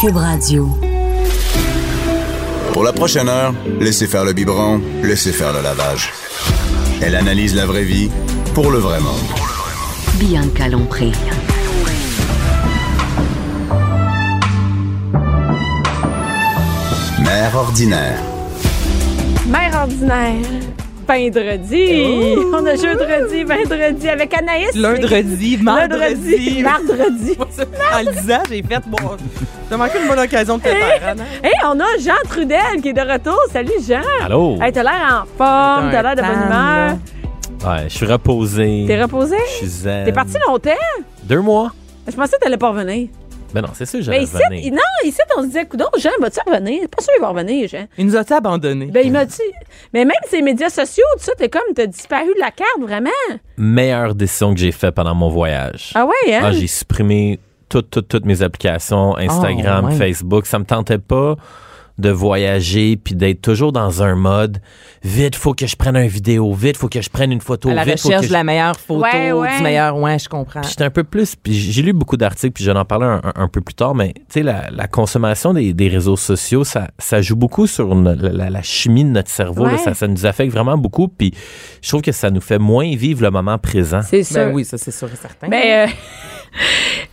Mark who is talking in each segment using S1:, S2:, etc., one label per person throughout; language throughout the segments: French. S1: Cube Radio.
S2: Pour la prochaine heure, laissez faire le biberon, laissez faire le lavage. Elle analyse la vraie vie pour le vrai monde.
S1: Bianca Lompré.
S2: Mère ordinaire.
S3: Mère ordinaire. Vendredi.
S4: Oh!
S3: On a jeudi, vendredi avec Anaïs. Vendredi.
S5: Lundredi, mardi.
S3: Mardredi.
S5: En le disant, j'ai fait bon. T'as manqué une bonne occasion de te faire, Anna.
S3: Hey, on a Jean Trudel qui est de retour. Salut Jean.
S4: Allô?
S3: Hey, t'as l'air en forme, t'as l'air de bonne humeur.
S4: Ouais, je suis reposé.
S3: T'es reposé?
S4: Je suis zen.
S3: T'es parti longtemps?
S4: Deux mois?
S3: Je pensais que t'allais pas revenir.
S4: Ben non, c'est sûr, j'allais
S3: Mais ici,
S4: revenir.
S3: non, ici, on se disait, coudon, Jean, vas-tu revenir? Pas sûr qu'il va revenir, Jean.
S5: Il nous a-tu abandonnés?
S3: Ben, il m'a dit. Mais même ses médias sociaux, tout ça, t'es comme, t'as disparu de la carte, vraiment.
S4: Meilleure décision que j'ai faite pendant mon voyage.
S3: Ah ouais, Ah, hein?
S4: Ah, j'ai supprimé toutes, toutes, toutes mes applications, Instagram,
S5: Oh, ouais.
S4: Facebook. Ça me tentait pas de voyager puis d'être toujours dans un mode vite faut que je prenne une vidéo vite faut que je prenne une photo
S5: À la
S4: vite faut
S5: recherche
S4: que
S5: de la meilleure photo,
S3: Ouais, ouais.
S5: du meilleur ouais, je comprends.
S4: Puis J'étais un peu plus, puis j'ai lu beaucoup d'articles, puis je vais en parler un, un- un peu plus tard, mais tu sais, la, la consommation des, des réseaux sociaux, ça, ça joue beaucoup sur no- la, la- la chimie de notre cerveau. là.
S3: Ouais.
S4: ça, ça nous affecte vraiment beaucoup, puis je trouve que ça nous fait moins vivre le moment présent.
S3: C'est sûr.
S5: Ben oui, ça c'est sûr et certain.
S3: Mais, euh,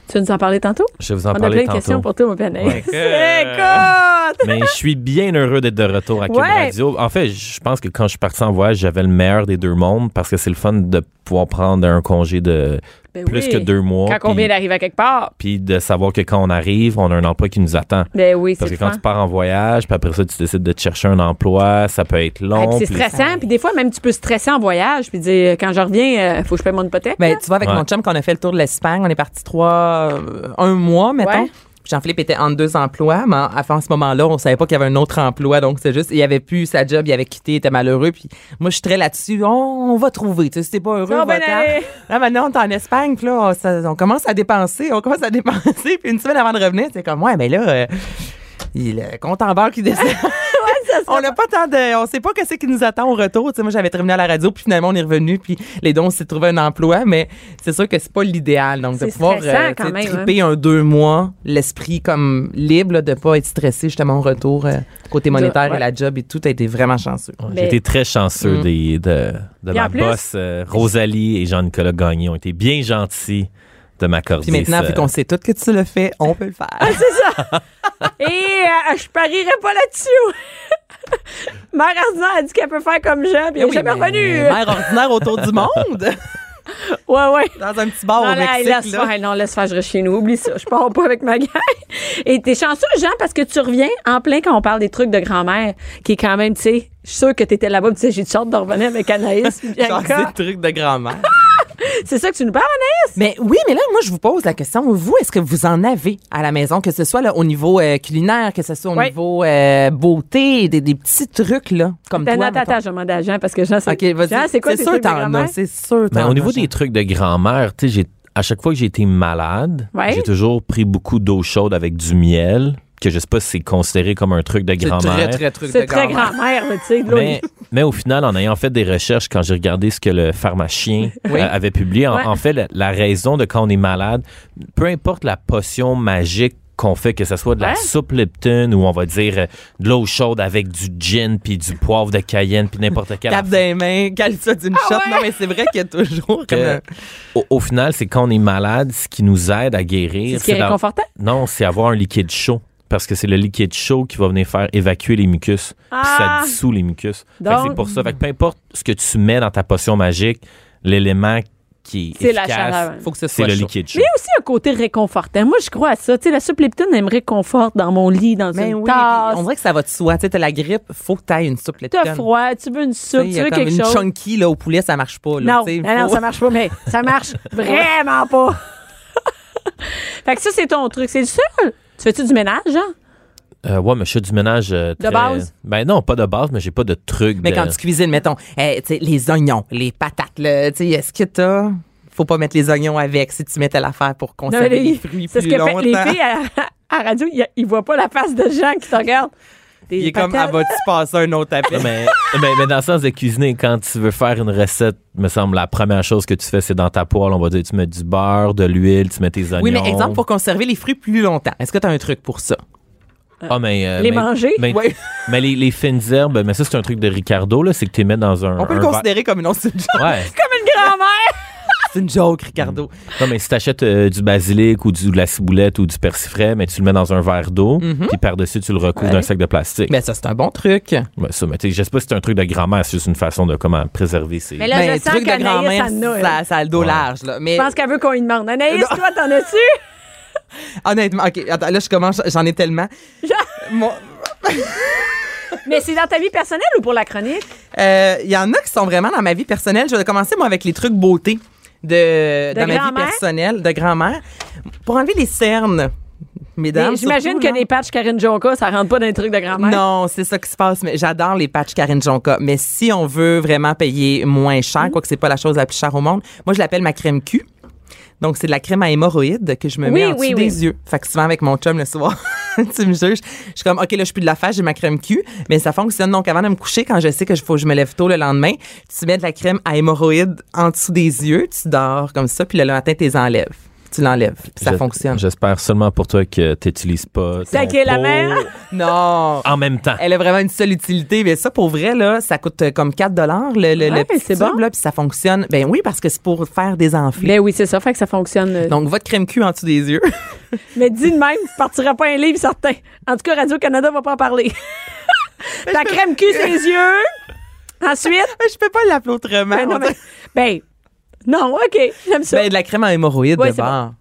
S3: tu veux nous en parler tantôt?
S4: Je vais vous en
S3: On a
S4: parler
S3: plein de
S4: tantôt.
S3: questions pour toi, mon père.
S4: Ouais.
S3: Écoute!
S4: mais je suis bien heureux d'être de retour à Cube
S3: Ouais.
S4: Radio. En fait, je pense que quand je suis parti en voyage, j'avais le meilleur des deux mondes parce que c'est le fun de pouvoir prendre un congé de
S3: Ben
S4: plus
S3: oui.
S4: que deux mois.
S3: Quand on
S4: puis-
S3: vient d'arriver à quelque part.
S4: puis de savoir que quand on arrive, on a un emploi qui nous attend.
S3: Ben oui, c'est
S4: Parce que quand
S3: le
S4: tu
S3: fun.
S4: pars en voyage, puis après ça, tu décides de te chercher un emploi, ça peut être
S3: Ah,
S4: long.
S3: puis C'est
S4: puis-
S3: stressant, puis des fois, même tu peux stresser en voyage, puis dire, quand je reviens, euh, faut que je paye mon hypothèque.
S5: Ben, tu vois, avec
S4: Ouais.
S5: mon chum, qu'on a fait le tour de l'Espagne, on est parti trois, euh, un mois, mettons.
S3: Ouais.
S5: Jean-Philippe était en deux emplois, mais en, à ce moment-là, on savait pas qu'il y avait un autre emploi, donc c'est juste, il avait plus sa job, il avait quitté, il était malheureux, puis moi, je suis très là-dessus, on, on va trouver, tu sais, si t'es pas heureux,
S3: Ça va
S5: va-t'en.
S3: bien aller.
S5: Là, maintenant, on est en Espagne, puis là, on, ça- on commence à dépenser, on commence à dépenser, puis une semaine avant de revenir, c'est comme, ouais, mais là, euh, il le compte en banque qui descend. on n'a pas tant de. On sait pas que c'est qui nous attend au retour. Tu sais, moi, j'avais terminé à la radio, puis finalement, on est revenu, puis les dons, on s'est trouvé un emploi, mais c'est sûr que c'est pas l'idéal. Donc, de
S3: C'est
S5: pouvoir euh,
S3: stressant
S5: tu sais,
S3: quand même, hein.
S5: triper un deux mois, l'esprit comme libre, là, de pas être stressé justement au retour, euh, côté monétaire
S3: ouais.
S5: et la job et tout, t'as été vraiment chanceux.
S4: Ouais,
S3: Mais-
S4: J'ai été très chanceux
S5: Mm.
S4: des- de, de
S3: Puis en
S4: ma
S3: plus-
S4: boss, euh, Rosalie et Jean-Nicolas Gagné ont été bien gentils de m'accorder.
S5: Puis maintenant,
S4: ce-
S5: vu qu'on sait tout que tu le fais, on peut le faire.
S3: Ah, c'est ça! Et euh, je parierais pas là-dessus! Mère Ardina a dit qu'elle peut faire comme
S4: Ben
S3: Jean, puis elle
S5: Eh
S3: est
S5: oui,
S3: jamais
S5: mais-
S3: revenue!
S5: Mère ordinaire autour du monde.
S3: Ouais, ouais!
S5: Dans un petit bar
S3: Non,
S5: Oh,
S3: là,
S5: au Mexique.
S3: laisse
S5: là.
S3: faire, non, laisse faire, je reste chez nous. Oublie ça, je pars pas avec ma gang. Et t'es chanceux, Jean, parce que tu reviens en plein quand on parle des trucs de grand-mère, qui est quand même, tu sais, je suis sûre que t'étais là-bas, puis tu sais, j'ai de sorte de revenir avec Anaïs. puis
S5: Genre,
S3: Bianca.
S5: des trucs de grand-mère.
S3: C'est ça que tu nous parles, Anaïs?
S5: mais oui, mais là, moi, je vous pose la question. Vous, est-ce que vous en avez à la maison, que ce soit là, au niveau euh, culinaire, que ce soit au
S3: Ouais.
S5: niveau euh, beauté, des, des petits trucs, là, comme
S3: Attends,
S5: toi.
S3: attends,
S5: mettons.
S3: attends, je demande à Jean, parce que Jean, c'est
S5: OK, vas-y.
S3: Jean, Hein, c'est quoi tes
S5: C'est sûr,
S3: trucs de
S5: t'en
S3: grand-mère?
S5: as. C'est sûr,
S4: Mais
S5: t'en
S4: Ben, au niveau
S5: as,
S4: des
S5: Jean.
S4: trucs de grand-mère, tu sais, j'ai- à chaque fois que j'ai été malade,
S3: Ouais.
S4: j'ai toujours pris beaucoup d'eau chaude avec du miel, que je sais pas si c'est considéré comme un truc de
S5: C'est
S4: grand-mère.
S5: très, très truc de
S3: C'est très
S5: grand-mère.
S3: grand-mère, mais tu sais, de l'eau.
S4: Mais, mais au final, en ayant fait des recherches, quand j'ai regardé ce que le pharmacien
S5: Oui.
S4: euh, avait publié, en,
S3: Ouais.
S4: en fait, la, la raison de quand on est malade, peu importe la potion magique qu'on fait, que ce soit de la
S3: Ouais.
S4: soupe Lipton ou on va dire euh, de l'eau chaude avec du gin, puis du poivre de cayenne, puis n'importe quel...
S5: Tape des mains, cale ça d'une
S3: Ah
S5: shot. Non, mais c'est vrai qu'il y a toujours comme...
S4: Euh,
S5: un-
S4: au, au final, c'est quand on est malade, ce qui nous aide à guérir,
S3: C'est ce qui est
S4: d'avoir-
S3: réconfortant.
S4: Non, c'est avoir un liquide chaud. Parce que c'est le liquide chaud qui va venir faire évacuer les mucus. Puis
S3: Ah!
S4: ça dissout les mucus. Fait que
S3: Donc-
S4: c'est pour ça. Fait que peu importe ce que tu mets dans ta potion magique, l'élément qui est
S3: C'est la
S4: efficace,
S3: chaleur.
S5: Faut que ce
S4: c'est
S5: soit
S4: le
S5: chaud.
S4: liquide chaud.
S3: Mais aussi un côté réconfortant. Moi, je crois à ça. Tu sais, la soupe Lipton, elle me réconforte dans mon lit, dans
S5: Mais
S3: une
S5: Ben oui,
S3: tasse.
S5: puis on dirait que ça va de soi. Tu sais, t'as la grippe, faut que t'ailles une soupe
S3: T'as
S5: Lipton.
S3: froid, tu veux une
S5: Tu sais,
S3: soupe,
S5: il
S3: tu
S5: y a
S3: veux
S5: comme
S3: quelque
S5: une
S3: chose.
S5: chunky là, au poulet, ça marche pas. Là,
S3: Non,
S5: tu sais,
S3: non, non,
S5: faut-
S3: ça marche pas, mais ça marche vraiment pas. Fait que ça, c'est ton truc. C'est le seul. Tu fais-tu du ménage, hein?
S4: Euh, ouais, mais je fais du ménage. euh,
S3: De
S4: très-
S3: base?
S4: Ben non, pas de base, mais j'ai pas de truc.
S5: Mais
S4: de-
S5: quand tu cuisines, mettons, euh, tu sais, les oignons, les patates, là, tu sais, est-ce que t'as. Faut pas mettre les oignons avec si tu mettais l'affaire pour conserver les, fruits
S3: c'est
S5: plus
S3: ce que
S5: longtemps.
S3: fait les filles à, à radio. Ils, ils voient pas la face de gens qui te regardent. Des
S5: Il est comme, ah,
S3: patates.
S5: vas-tu passer un autre
S4: Non,
S5: appel?
S4: mais, mais, mais dans le sens de cuisiner, quand tu veux faire une recette, me semble, la première chose que tu fais, c'est dans ta poêle, on va dire, tu mets du beurre, de l'huile, tu mets tes oignons.
S5: oui, mais exemple, pour conserver les fruits plus longtemps, est-ce que t'as un truc pour ça?
S4: Ah, mais, euh,
S3: Les
S4: mais-
S3: manger?
S4: Mais,
S5: Ouais.
S4: mais les, les fines herbes, mais ça, c'est un truc de Ricardo, là, c'est que tu les mets dans un.
S5: On peut
S4: un
S5: le
S4: verre-
S5: considérer comme une autre. C'est une joke,
S4: Ouais.
S3: Comme une grand-mère.
S5: c'est une joke, Ricardo.
S4: Non, mais si t'achètes euh, du basilic ou du, de la ciboulette ou du persifrais, mais tu le mets dans un verre d'eau,
S5: Mhm.
S4: puis par-dessus, tu le recouvres d'un sac de plastique.
S5: Mais ça, c'est un bon truc.
S4: Ouais, ça, mais tu sais, je sais pas si c'est un truc de grand-mère, c'est juste une façon de comment préserver ses.
S3: Mais là, je
S5: Mais
S3: sens
S5: Ben, truc de
S3: qu'Anaïs,
S5: grand-mère,
S3: ça en a,
S5: ça,
S3: elle.
S5: ça a le dos
S4: Ouais.
S5: large. Là. Mais
S3: Je pense qu'elle veut qu'on lui demande. Anaïs, toi, t'en as-tu?
S5: honnêtement, OK, attends, là, je commence, j'en ai tellement. Moi,
S3: Mais c'est dans ta vie personnelle ou pour la chronique?
S5: Euh, Il y en a qui sont vraiment dans ma vie personnelle. Je vais commencer, moi, avec les trucs beauté de, dans ma vie
S3: grand-mère?
S5: personnelle, de grand-mère. Pour enlever les cernes, mesdames.
S3: Mais J'imagine
S5: surtout,
S3: que
S5: là.
S3: les patchs Karine Jonka, ça rentre pas dans les trucs de grand-mère.
S5: Non, c'est ça qui se passe. Mais j'adore les patchs Karine Jonka. Mais si on veut vraiment payer moins
S3: Mm-hmm.
S5: cher, quoique c'est pas la chose la plus chère au monde, moi je l'appelle ma crème Q. Donc c'est de la crème à hémorroïdes que je me
S3: Oui,
S5: mets en
S3: oui, oui.
S5: dessous des yeux. Fait que souvent avec mon chum le soir, tu me juges. Je suis comme ok là je suis plus de la face, j'ai ma crème Q. Mais ça fonctionne donc avant de me coucher quand je sais que je faut que je me lève tôt le lendemain, tu mets de la crème à hémorroïdes en dessous des yeux, tu dors comme ça puis le matin tu les enlèves. Tu l'enlèves, puis ça
S4: J'es-
S5: fonctionne.
S4: J'espère seulement pour toi que t'utilises pas. ton
S3: Taquer la
S4: pot
S3: mère.
S5: Non.
S4: En même temps.
S5: Elle a vraiment une seule utilité. Mais ça, pour vrai, là, ça coûte euh, comme 4 le, le, le
S3: Ouais,
S5: petit
S3: c'est
S5: tube,
S3: bon.
S5: là, puis ça fonctionne. Ben oui, parce que c'est pour faire des enflures.
S3: Ben oui, c'est ça. Fait que ça fonctionne. euh,
S5: Donc, votre crème cul en dessous des yeux.
S3: Mais dis de même, tu partiras pas un livre certain. En tout cas, Radio-Canada va pas en parler. Ta crème cul, c'est les yeux. Ensuite,
S5: je peux pas l'appeler autrement.
S3: ben non, mais- ben, non, OK, j'aime ça.
S5: Ah, Ben, de la crème à hémorroïdes
S3: Ouais,
S5: de
S3: c'est
S5: bord.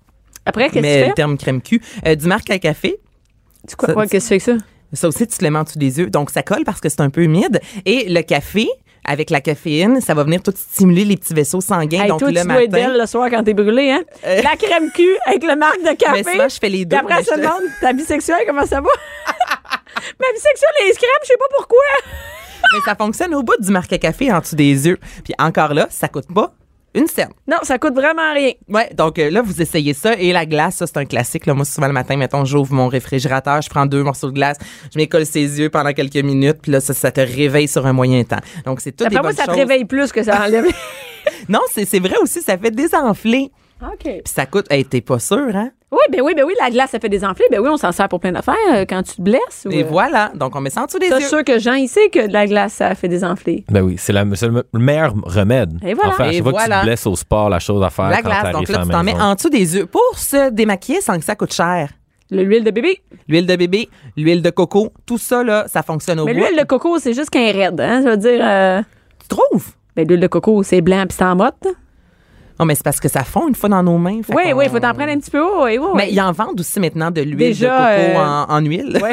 S3: Après, qu'est-ce
S5: Mais
S3: que
S5: le
S3: tu fais?
S5: terme crème cul. Euh, du marque à café.
S3: Tu quoi?
S5: ça-
S3: Ouais, qu'est-ce que tu fais avec ça?
S5: Ça aussi, tu te le mets en dessous des yeux. Donc, ça colle parce que c'est un peu humide. Et le café, avec la caféine, ça va venir tout stimuler les petits vaisseaux sanguins.
S3: Hey,
S5: donc,
S3: toi,
S5: le
S3: tu dois être
S5: matin. Euh.
S3: belle le soir quand t'es brûlée, hein? La crème cul avec le marque de café.
S5: Mais souvent, je fais les deux,
S3: Puis après,
S5: mais
S3: ça
S5: je-
S3: demande ta vie sexuelle, comment ça va? Ma vie sexuelle est crème, je sais pas pourquoi.
S5: Mais ben, ça fonctionne au bout du marque à café en dessous des yeux. Puis encore là, ça coûte pas une scène.
S3: Non, ça coûte vraiment rien.
S5: Ouais, donc euh, là, vous essayez ça. Et la glace, ça, c'est un classique. Là. Moi, souvent, le matin, mettons, j'ouvre mon réfrigérateur, je prends deux morceaux de glace, je m'école ses yeux pendant quelques minutes, puis là, ça, ça te réveille sur un moyen temps. Donc, c'est tout des
S3: Après moi,
S5: bonnes
S3: ça te
S5: choses.
S3: réveille plus que ça enlève.
S5: Non, c'est c'est vrai aussi, ça fait désenfler.
S3: OK.
S5: Puis ça coûte... Hey, t'es pas sûr, hein?
S3: Oui, ben oui, ben oui, la glace, ça fait désenfler. Ben oui, on s'en sert pour plein d'affaires euh, quand tu te blesses. Ou,
S5: Et
S3: euh,
S5: voilà. Donc, on met ça en dessous des
S3: ça,
S5: yeux.
S3: je suis sûr que Jean, il sait que de la glace, ça fait désenfler.
S4: Ben oui, c'est la- c'est le meilleur remède.
S3: Et voilà.
S4: Enfin, à
S5: Et
S4: chaque fois que tu
S5: voilà.
S4: te blesses au sport, la chose à faire
S5: La
S4: quand
S5: glace,
S4: t'arrives
S5: donc là,
S4: à
S5: tu
S4: la
S5: t'en mets
S4: maison.
S5: en dessous des yeux pour se démaquiller sans que ça coûte cher.
S3: Le- L'huile de bébé.
S5: L'huile de bébé, l'huile de coco, tout ça, là, ça fonctionne au
S3: Mais
S5: bout.
S3: l'huile de coco, c'est juste qu'un raide. Hein? Ça veut dire. euh,
S5: Tu trouves?
S3: ben, l'huile de coco, c'est blanc puis c'est en motte.
S5: Non, mais c'est parce que ça fond une fois dans nos mains. fait
S3: Oui,
S5: qu'on-
S3: oui, il faut t'en prendre un petit peu. Oui, oui, oui.
S5: Mais ils en vendent aussi maintenant de l'huile de coco
S3: Déjà, euh,
S5: en, en huile.
S3: Ouais.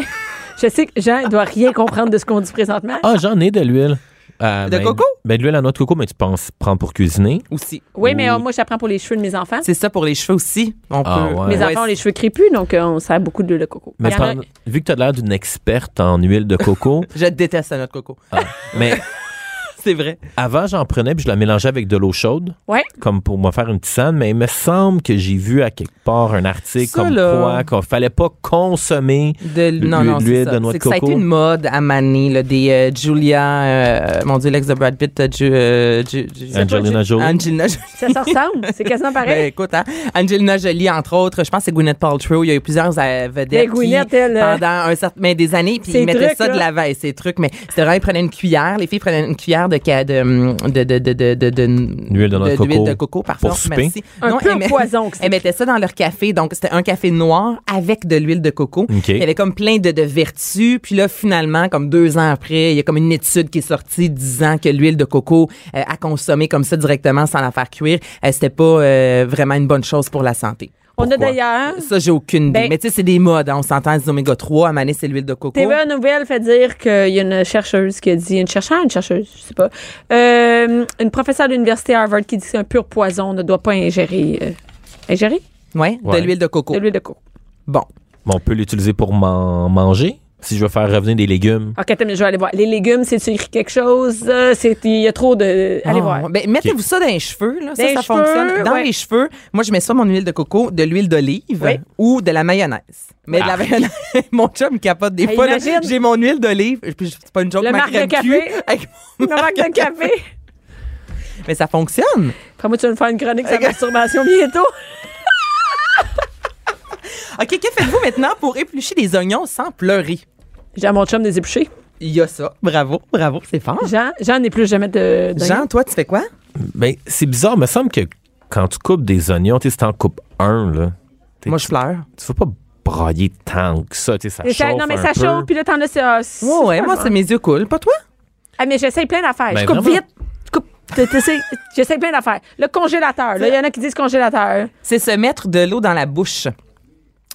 S3: Je sais que Jean ne doit rien comprendre de ce qu'on dit présentement.
S4: Ah, j'en ai de l'huile. Euh,
S5: De
S4: ben,
S5: coco?
S4: Ben, de l'huile à noix de coco, mais tu penses prendre pour cuisiner.
S5: Aussi.
S3: oui, mais euh, moi, j'apprends pour les cheveux de mes enfants.
S5: C'est ça pour les cheveux aussi. On
S4: Ah,
S5: peut.
S4: ouais.
S3: Mes
S5: Ouais,
S3: enfants ont les cheveux crépus, donc euh, on sert beaucoup d'huile de coco.
S4: Mais
S3: Il y en a-
S4: je pense- vu que tu as l'air d'une experte en huile de coco,
S5: Je déteste la noix de coco.
S4: ah, mais
S5: C'est vrai.
S4: avant, j'en prenais puis je la mélangeais avec de l'eau chaude,
S3: Ouais.
S4: comme pour me faire une petite sande, mais il me semble que j'ai vu à quelque part un article
S5: Ça,
S4: comme
S5: là.
S4: quoi qu'il fallait pas consommer
S5: De, l- non,
S4: l'huile-
S5: non, c'est
S4: l'huile
S5: ça.
S4: de noix
S5: C'est
S4: de
S5: que ça a
S4: coco.
S5: été une mode à Mané, là, des euh, Julia, euh, mon Dieu, l'ex de Brad Pitt, euh, Ju- euh, Ju- Ju-
S4: Angelina Jolie.
S5: Angelina Jolie.
S3: Ça se ressemble. C'est quasiment
S5: Ben,
S3: pareil.
S5: écoute, hein, Angelina Jolie, entre autres, je pense que c'est Gwyneth Paltrow. Il y a eu plusieurs euh,
S3: Mais
S5: vedettes
S3: Gwyneth,
S5: qui,
S3: elle, euh,
S5: pendant un certain, mais des années, puis
S3: Ses
S5: ils mettaient
S3: trucs,
S5: ça de
S3: là.
S5: l'avant, ces trucs. Mais c'était vraiment, ils prenaient une cuillère. Les filles prenaient une cuillère de ca- de hum, de de de de de, de,
S4: L'huile de noix de coco
S5: parfum.
S4: pour souper.
S5: Merci.
S3: Un peu
S5: elles met-
S3: poison que c'est.
S5: Elles mettaient ça dans leur café. Donc c'était un café noir avec de l'huile de coco.
S4: OK.
S5: Il y avait comme plein de, de vertus. Puis là, finalement, comme deux ans après, il y a comme une étude qui est sortie disant que l'huile de coco euh, à consommer comme ça directement sans la faire cuire, euh, c'était pas euh, vraiment une bonne chose pour la santé.
S3: On a
S5: Pourquoi?
S3: d'ailleurs.
S5: Ça, j'ai aucune idée.
S3: Ben-
S5: Mais tu sais, c'est des modes. hein. On s'entend, les oméga 3, à Mané, c'est l'huile de coco.
S3: TVA Nouvelle fait dire qu'il y a une chercheuse qui a dit, une chercheure, une chercheuse, je sais pas, euh, une professeure de l'université Harvard qui dit que c'est un pur poison, on ne doit pas ingérer. euh, ingérer?
S5: Oui,
S4: Ouais.
S5: de l'huile de coco.
S3: de l'huile de coco.
S5: Bon.
S4: Mais on peut l'utiliser pour m'en manger. Si je veux faire revenir des légumes.
S3: OK, attends, je vais aller voir. Les légumes, c'est tu écris quelque chose, Euh, c'est il y a trop de allez
S5: Ah,
S3: voir.
S5: ben, mettez-vous ça dans les cheveux, là. ça,
S3: Dans les
S5: ça
S3: cheveux,
S5: fonctionne. Dans
S3: ouais.
S5: les cheveux, moi, je mets ça, mon huile de coco, de l'huile d'olive
S3: Oui.
S5: ou de la mayonnaise. Mais de la mayonnaise, mon chum capote des
S3: Hey,
S5: fois. là.
S3: imagine.
S5: J'ai mon huile d'olive, puis c'est pas une joke,
S3: Le
S5: ma
S3: marque de
S5: crème
S3: café.
S5: cul, avec mon
S3: La marque de café.
S5: Mais ça fonctionne.
S3: Après moi, tu vas me faire une chronique sur la masturbation bientôt.
S5: OK, que faites-vous maintenant pour éplucher des oignons sans pleurer?
S3: J'ai à mon chum des épluchés.
S5: Il y a ça. Bravo, bravo, c'est fort.
S3: Jean, Jean n'est plus jamais de. de-
S5: Jean, toi, tu fais quoi?
S4: Ben, c'est bizarre. Il me semble que quand tu coupes des oignons, tu sais, si t'en coupes un, là, tu sais,
S5: Moi, je pleure.
S4: tu faut pas brailler tant que ça. Tu sais, ça
S3: Et ça-
S4: chauffe
S3: non, mais
S4: un
S3: ça
S4: peu.
S3: chauffe, puis là, t'en as. c'est- ah, c'est-
S5: Ouais, ouais, moi,
S3: c'est
S5: c'est mes yeux coulent. Pas toi?
S3: Ah, mais j'essaye plein d'affaires.
S4: Ben,
S3: je coupe
S4: vraiment.
S3: vite. Je coupe. t- t'essayes- J'essaye plein d'affaires. Le congélateur. Là, il y en a qui disent congélateur.
S5: C'est se mettre de l'eau dans la bouche.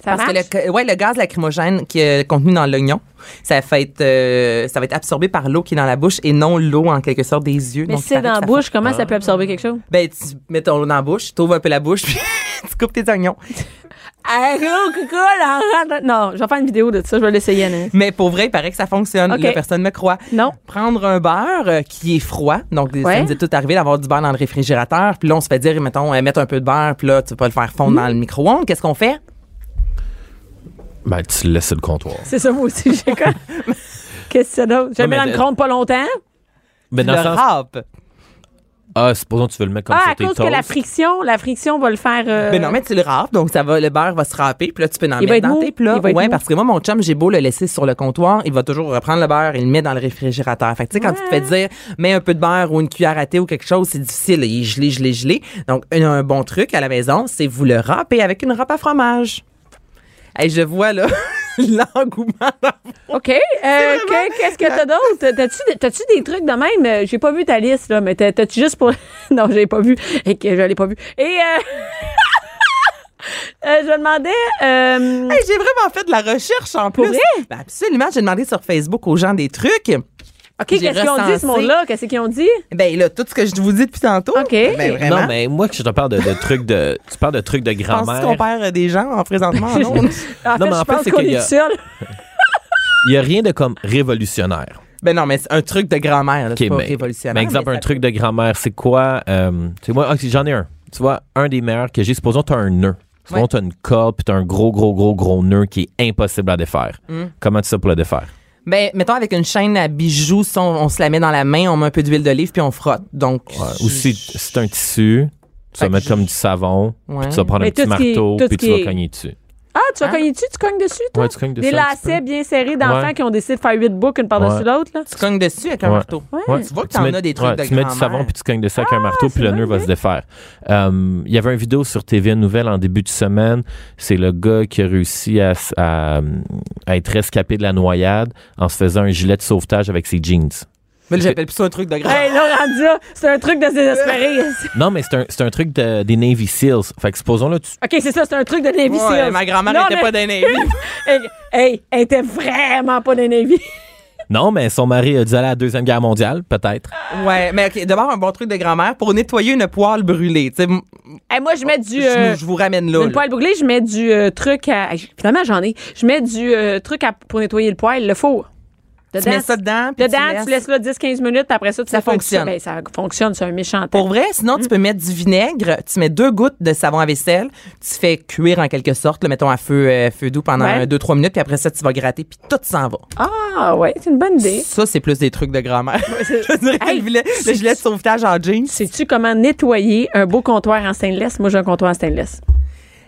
S3: Ça
S5: Parce
S3: marche?
S5: que le, ouais, le gaz lacrymogène qui est contenu dans l'oignon, ça, fait être, euh, ça va être absorbé par l'eau qui est dans la bouche et non l'eau, en quelque sorte, des yeux.
S3: Mais
S5: Donc,
S3: si
S5: il
S3: c'est
S5: paraît
S3: dans
S5: que
S3: la
S5: ça
S3: bouche, comment ça peut absorber quelque chose?
S5: fait- Ben, tu mets ton eau dans la bouche, tu ouvres un peu la bouche, puis tu coupes tes oignons.
S3: Non, je vais faire une vidéo de ça, je vais l'essayer. hein. Anna.
S5: Mais pour vrai, il paraît que ça fonctionne.
S3: Ok.
S5: La personne me croit.
S3: Non.
S5: Prendre un beurre euh, qui est froid. Donc, des-
S3: Ouais.
S5: ça nous est tout arrivé d'avoir du beurre dans le réfrigérateur. Puis là, on se fait dire, mettons, euh, mettre un peu de beurre, puis là, tu vas le faire
S3: Hmm.
S5: fondre dans le micro-ondes. Qu'est-ce qu'on fait?
S4: Ben, tu le laisses sur le comptoir.
S3: C'est ça, moi aussi, j'ai quoi? Qu'est-ce que c'est d'autre? Je le
S4: Ouais,
S3: mets dans
S4: mais
S3: le
S4: de-
S3: compte pas longtemps.
S4: Mais dans
S5: le
S4: le sens,
S5: râpe.
S4: ah, supposons que tu veux le mettre comme
S3: Ah,
S4: sur
S3: à
S4: tes
S3: cause que la
S4: toasts.
S3: friction, la friction va le faire. euh,
S5: Ben non, mais tu le râpes, donc ça va, le beurre va se râper, puis là, tu peux en
S3: Il va
S5: mettre
S3: être
S5: dans
S3: mou.
S5: tes plats.
S3: Il va être
S5: Ouais,
S3: mou.
S5: parce que moi, mon chum, j'ai beau le laisser sur le comptoir, il va toujours reprendre le beurre et le mettre dans le réfrigérateur. Fait que, tu sais, quand tu te fais dire, mets un peu de beurre ou une cuillère à thé ou quelque chose, c'est difficile, il est gelé, gelé, gelé. Donc, un, un bon truc à la maison, c'est vous le râpez avec une râpe à fromage. Hey, je vois, là, l'engouement.
S3: OK. euh, que- Qu'est-ce que t'as d'autre? T'as-tu- T'as-tu des trucs de même? Euh, J'ai pas vu ta liste, là, mais t'as- t'as-tu juste pour. non, j'ai pas vu. Et que je l'ai pas vu. Et. euh, euh, je demandais. euh,
S5: Hey, j'ai vraiment fait de la recherche en plus.
S3: vrai?
S5: Ben, absolument, j'ai demandé sur Facebook aux gens des trucs.
S3: OK,
S5: j'ai
S3: qu'est-ce qu'ils ont dit,
S5: recensé.
S3: ce monde-là? Qu'est-ce qu'ils ont dit?
S5: Ben là, tout ce que je vous dis depuis tantôt.
S3: OK.
S5: Ben, vraiment.
S4: Non, mais moi, je te parle de, de trucs de. Tu parles de trucs de
S5: Je pense
S4: grand-mère.
S5: qu'on perd euh, des gens en présentement. en ondes.
S3: En
S4: Ah
S3: fait,
S4: Non, mais en
S3: je
S4: fait,
S3: pense
S4: c'est
S3: qu'on
S4: qu'il y
S3: est
S4: a-
S3: tout seul.
S4: Il n'y a rien de comme révolutionnaire.
S5: ben non, mais c'est un truc de grand-mère, là, c'est
S4: Ok,
S5: pas
S4: mais-
S5: révolutionnaire.
S4: Mais exemple,
S5: mais
S4: un
S5: ça-
S4: truc de grand-mère, c'est quoi? euh, tu sais, moi, ah, j'en ai un. Tu vois, un des meilleurs que j'ai, supposons tu as un nœud. Supposons
S5: Ouais.
S4: tu as une corde, puis tu as un gros, gros, gros, gros nœud qui est impossible à défaire.
S3: Hmm.
S4: Comment tu fais pour le défaire?
S5: Ben, mettons avec une chaîne à bijoux, si on, on se la met dans la main, on met un peu d'huile d'olive puis on frotte. Donc, je-
S4: Ou si c'est un tissu, tu
S5: Fait
S4: vas
S5: que
S4: mettre
S5: je-
S4: comme du savon,
S5: Ouais.
S4: puis tu vas prendre
S3: Mais
S4: un petit
S3: tout ce qui est-
S4: marteau,
S3: tout ce
S4: puis tu
S3: qui
S4: vas
S3: est-
S4: cogner dessus.
S3: Ah, tu vas cogner dessus? Tu cognes dessus, toi?
S4: Hein? Ouais, tu cognes dessus
S3: Des
S4: un petit peu.
S3: lacets bien serrés d'enfants
S4: Ouais.
S3: qui ont décidé de faire huit boucles une par-dessus
S4: Ouais.
S3: l'autre, là.
S5: tu cognes dessus avec un
S4: Ouais.
S5: marteau.
S4: Ouais,
S5: Tu vois que t'en
S4: mets-
S5: as des trucs
S4: ouais,
S5: de
S4: Tu mets du
S5: grand-mère.
S4: savon puis tu cognes dessus avec un marteau, puis le
S3: c'est
S4: nœud va
S3: vrai.
S4: se défaire. Euh, Il y avait une vidéo sur TV Nouvelle en début de semaine. C'est le gars qui a réussi à, s- à, à être rescapé de la noyade en se faisant un gilet de sauvetage avec ses jeans.
S5: Mais là, j'appelle plus ça un truc de grand-mère.
S3: Hey, là, rendu là, c'est un truc de se désespérer.
S4: Non, mais c'est un, c'est un truc de- des Navy Seals. Fait que supposons là, tu,
S3: OK, c'est ça, c'est un truc de Navy
S5: Ouais,
S3: Seals.
S5: ma grand-mère
S3: Non,
S5: n'était
S3: mais-
S5: pas d'un ami.
S3: Hey, hey, elle était vraiment pas dans Navy.
S4: Non, mais son mari a dû aller à la Deuxième Guerre mondiale, peut-être.
S5: Ouais, mais OK, d'abord, un bon truc de grand-mère pour nettoyer une poêle brûlée. Tu sais, m-
S3: Hey, moi, je mets du.
S5: Oh, je,
S3: euh,
S5: je vous ramène là.
S3: une
S5: là.
S3: poêle brûlée, je mets du euh, truc à. hey, Finalement, j'en ai. Je mets du euh, truc à- pour nettoyer le poêle, le four.
S5: Tu mets ça dedans, puis
S3: Dedans,
S5: tu
S3: tu laisses là 10-15 minutes, puis après ça, tu
S5: Ça
S3: le fais
S5: fonctionne.
S3: tout seul. Ben, ça fonctionne, c'est un méchant temps.
S5: Pour vrai, sinon,
S3: Mm.
S5: tu peux mettre du vinaigre, tu mets deux gouttes de savon à vaisselle, tu fais cuire en quelque sorte, le mettons à feu, euh, feu doux pendant
S3: Ouais.
S5: 2-3 minutes, puis après ça, tu vas gratter, puis tout s'en va.
S3: Ah, ouais, c'est une bonne idée.
S5: Ça, c'est plus des trucs de grand-mère. Je dirais que
S3: Hey,
S5: le, gilet, le gilet de sauvetage en jeans.
S3: Sais-tu comment nettoyer un beau comptoir en stainless? Moi, j'ai un comptoir en stainless.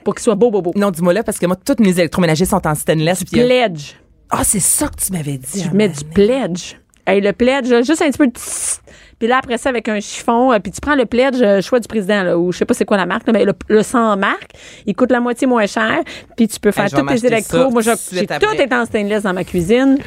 S3: Pour qu'il soit beau, beau, beau.
S5: Non, dis-moi là, parce que moi, tous mes électroménagers sont en stainless. puis, euh,
S3: Pledge.
S5: Ah, c'est ça que tu m'avais dit. hein,
S3: Je mets du pledge. Hey, le pledge, là, juste un petit peu de tss. Puis là, après ça, avec un chiffon, euh, puis tu prends le pledge, euh, choix du président, là, ou je sais pas c'est quoi la marque, là, mais le, le sans marque, il coûte la moitié moins cher, puis tu peux faire
S5: Hey, je vais
S3: tous tes
S5: m'acheter ça
S3: électros. Moi, j'ai
S5: tout de
S3: j'ai
S5: suite
S3: tout
S5: après.
S3: est en stainless dans ma cuisine.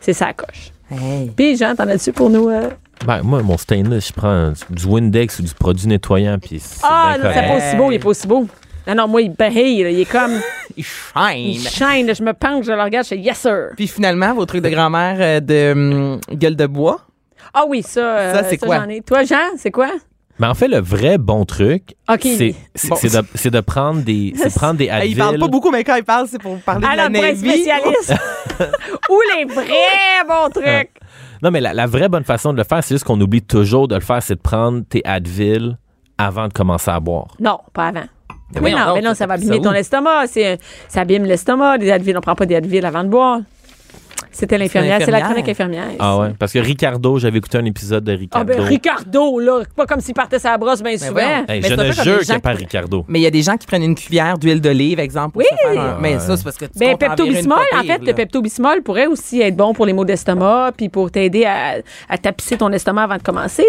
S3: C'est ça la coche.
S5: Hey.
S3: Puis, Jean, t'en as-tu pour nous? euh?
S4: Ben, moi, mon stainless, je prends du Windex ou du produit nettoyant, puis c'est
S3: Ah,
S4: bien
S3: non, c'est
S4: correct.
S3: pas aussi beau, il est pas aussi beau. Non, non, moi, il brille, là, il est comme,
S5: Il shine.
S3: il shine, là, je me penche, je le regarde, je fais yes, sir.
S5: Puis finalement, vos trucs de grand-mère euh, de hum, gueule de bois.
S3: Ah oui, ça, euh,
S5: Ça, c'est quoi?
S3: j'en ai. Toi, Jean, c'est quoi?
S4: Mais en fait, le vrai bon truc,
S3: OK.
S4: c'est c'est-
S5: Bon.
S4: c'est de, c'est de prendre des, c'est de prendre des
S5: Hey,
S4: Advil.
S5: Ah, il parle pas beaucoup, mais quand il parle, c'est pour parler
S3: Alors,
S5: de la
S3: pour être
S5: Navy.
S3: spécialiste. Ou les vrais bons trucs.
S4: Non, mais la, la vraie bonne façon de le faire, c'est juste qu'on oublie toujours de le faire, c'est de prendre tes Advil avant de commencer à boire.
S3: Non, pas avant. Mais,
S4: voyons
S3: non,
S4: donc,
S3: mais non, ça va
S4: ça
S3: abîmer
S4: où?
S3: ton estomac. c'est- euh, Ça abîme l'estomac. Des Advil, on prend pas des Advil avant de boire. C'était l'infirmière. C'est la
S5: l'infirmière.
S3: chronique infirmière.
S4: Ah ouais? Parce que Ricardo, j'avais écouté un épisode de
S3: Ah
S4: Ricardo.
S3: ben Ricardo, là, pas comme s'il partait sa brosse bien souvent.
S5: voyons.
S4: Hey,
S5: Mais
S4: je
S5: c'est un
S4: ne
S5: peu comme
S4: jure
S5: les gens
S4: que par
S5: qui-
S4: Ricardo.
S5: Mais il y a des gens qui prennent une cuillère d'huile d'olive, exemple. Pour
S3: Oui.
S5: se faire un- Mais ça, c'est parce que tu
S3: Ben,
S5: comptes en virer une
S3: Pepto-Bismol,
S5: pas
S3: en fait,
S5: pire,
S3: le
S5: là.
S3: Pepto-Bismol pourrait aussi être bon pour les maux d'estomac, puis pour t'aider à, à tapisser ton estomac avant de commencer.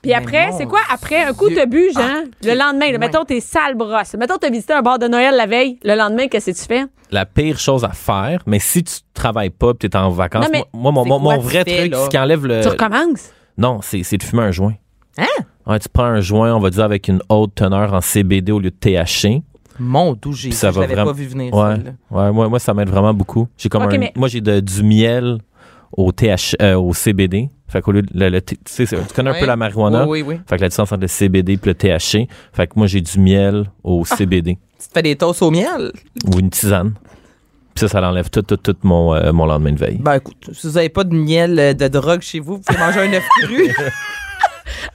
S3: Puis après,
S5: mon
S3: c'est Ah, quoi? Après, un coup,
S5: Dieu.
S3: t'as bu, Jean, le lendemain, là, mettons, t'es sale brosse. Mettons, t'as visité un bar de Noël la veille, le lendemain, qu'est-ce que tu fais?
S4: La pire chose à faire, mais si tu travailles pas tu es en vacances,
S3: Non, mais
S4: moi, moi,
S5: c'est
S4: mon,
S5: quoi
S4: mon
S5: tu
S4: vrai
S5: fais,
S4: truc,
S5: là?
S4: ce qui enlève le.
S3: tu recommences?
S4: Non, c'est c'est de fumer un joint.
S5: Hein?
S4: Ouais, tu prends un joint, on va dire, avec une haute teneur en CBD au lieu de THC.
S5: Mon doux, j'ai
S4: Puis ça
S5: je
S4: va
S5: l'avais
S4: vraiment.
S5: pas vu venir.
S4: ouais,
S5: celle-là.
S4: ouais, moi, moi, ça m'aide vraiment beaucoup. J'ai comme
S3: Ok,
S4: un-
S3: mais-
S4: Moi, j'ai de- du miel au, TH, euh, au CBD. Fait qu'au lieu de. le- le T- tu, sais, c'est- tu connais un peu
S5: Ouais.
S4: la marijuana?
S5: Oui, oui, oui.
S4: Fait que la distance entre le CBD et le THC. Fait que moi, j'ai du miel au
S3: Ah.
S4: CBD
S5: Tu te fais des toasts au miel?
S4: ou une tisane. Puis ça, ça l'enlève tout, tout, tout mon, euh, mon lendemain de veille.
S5: Ben écoute, si vous n'avez pas de miel euh, de drogue chez vous, vous pouvez manger un œuf cru.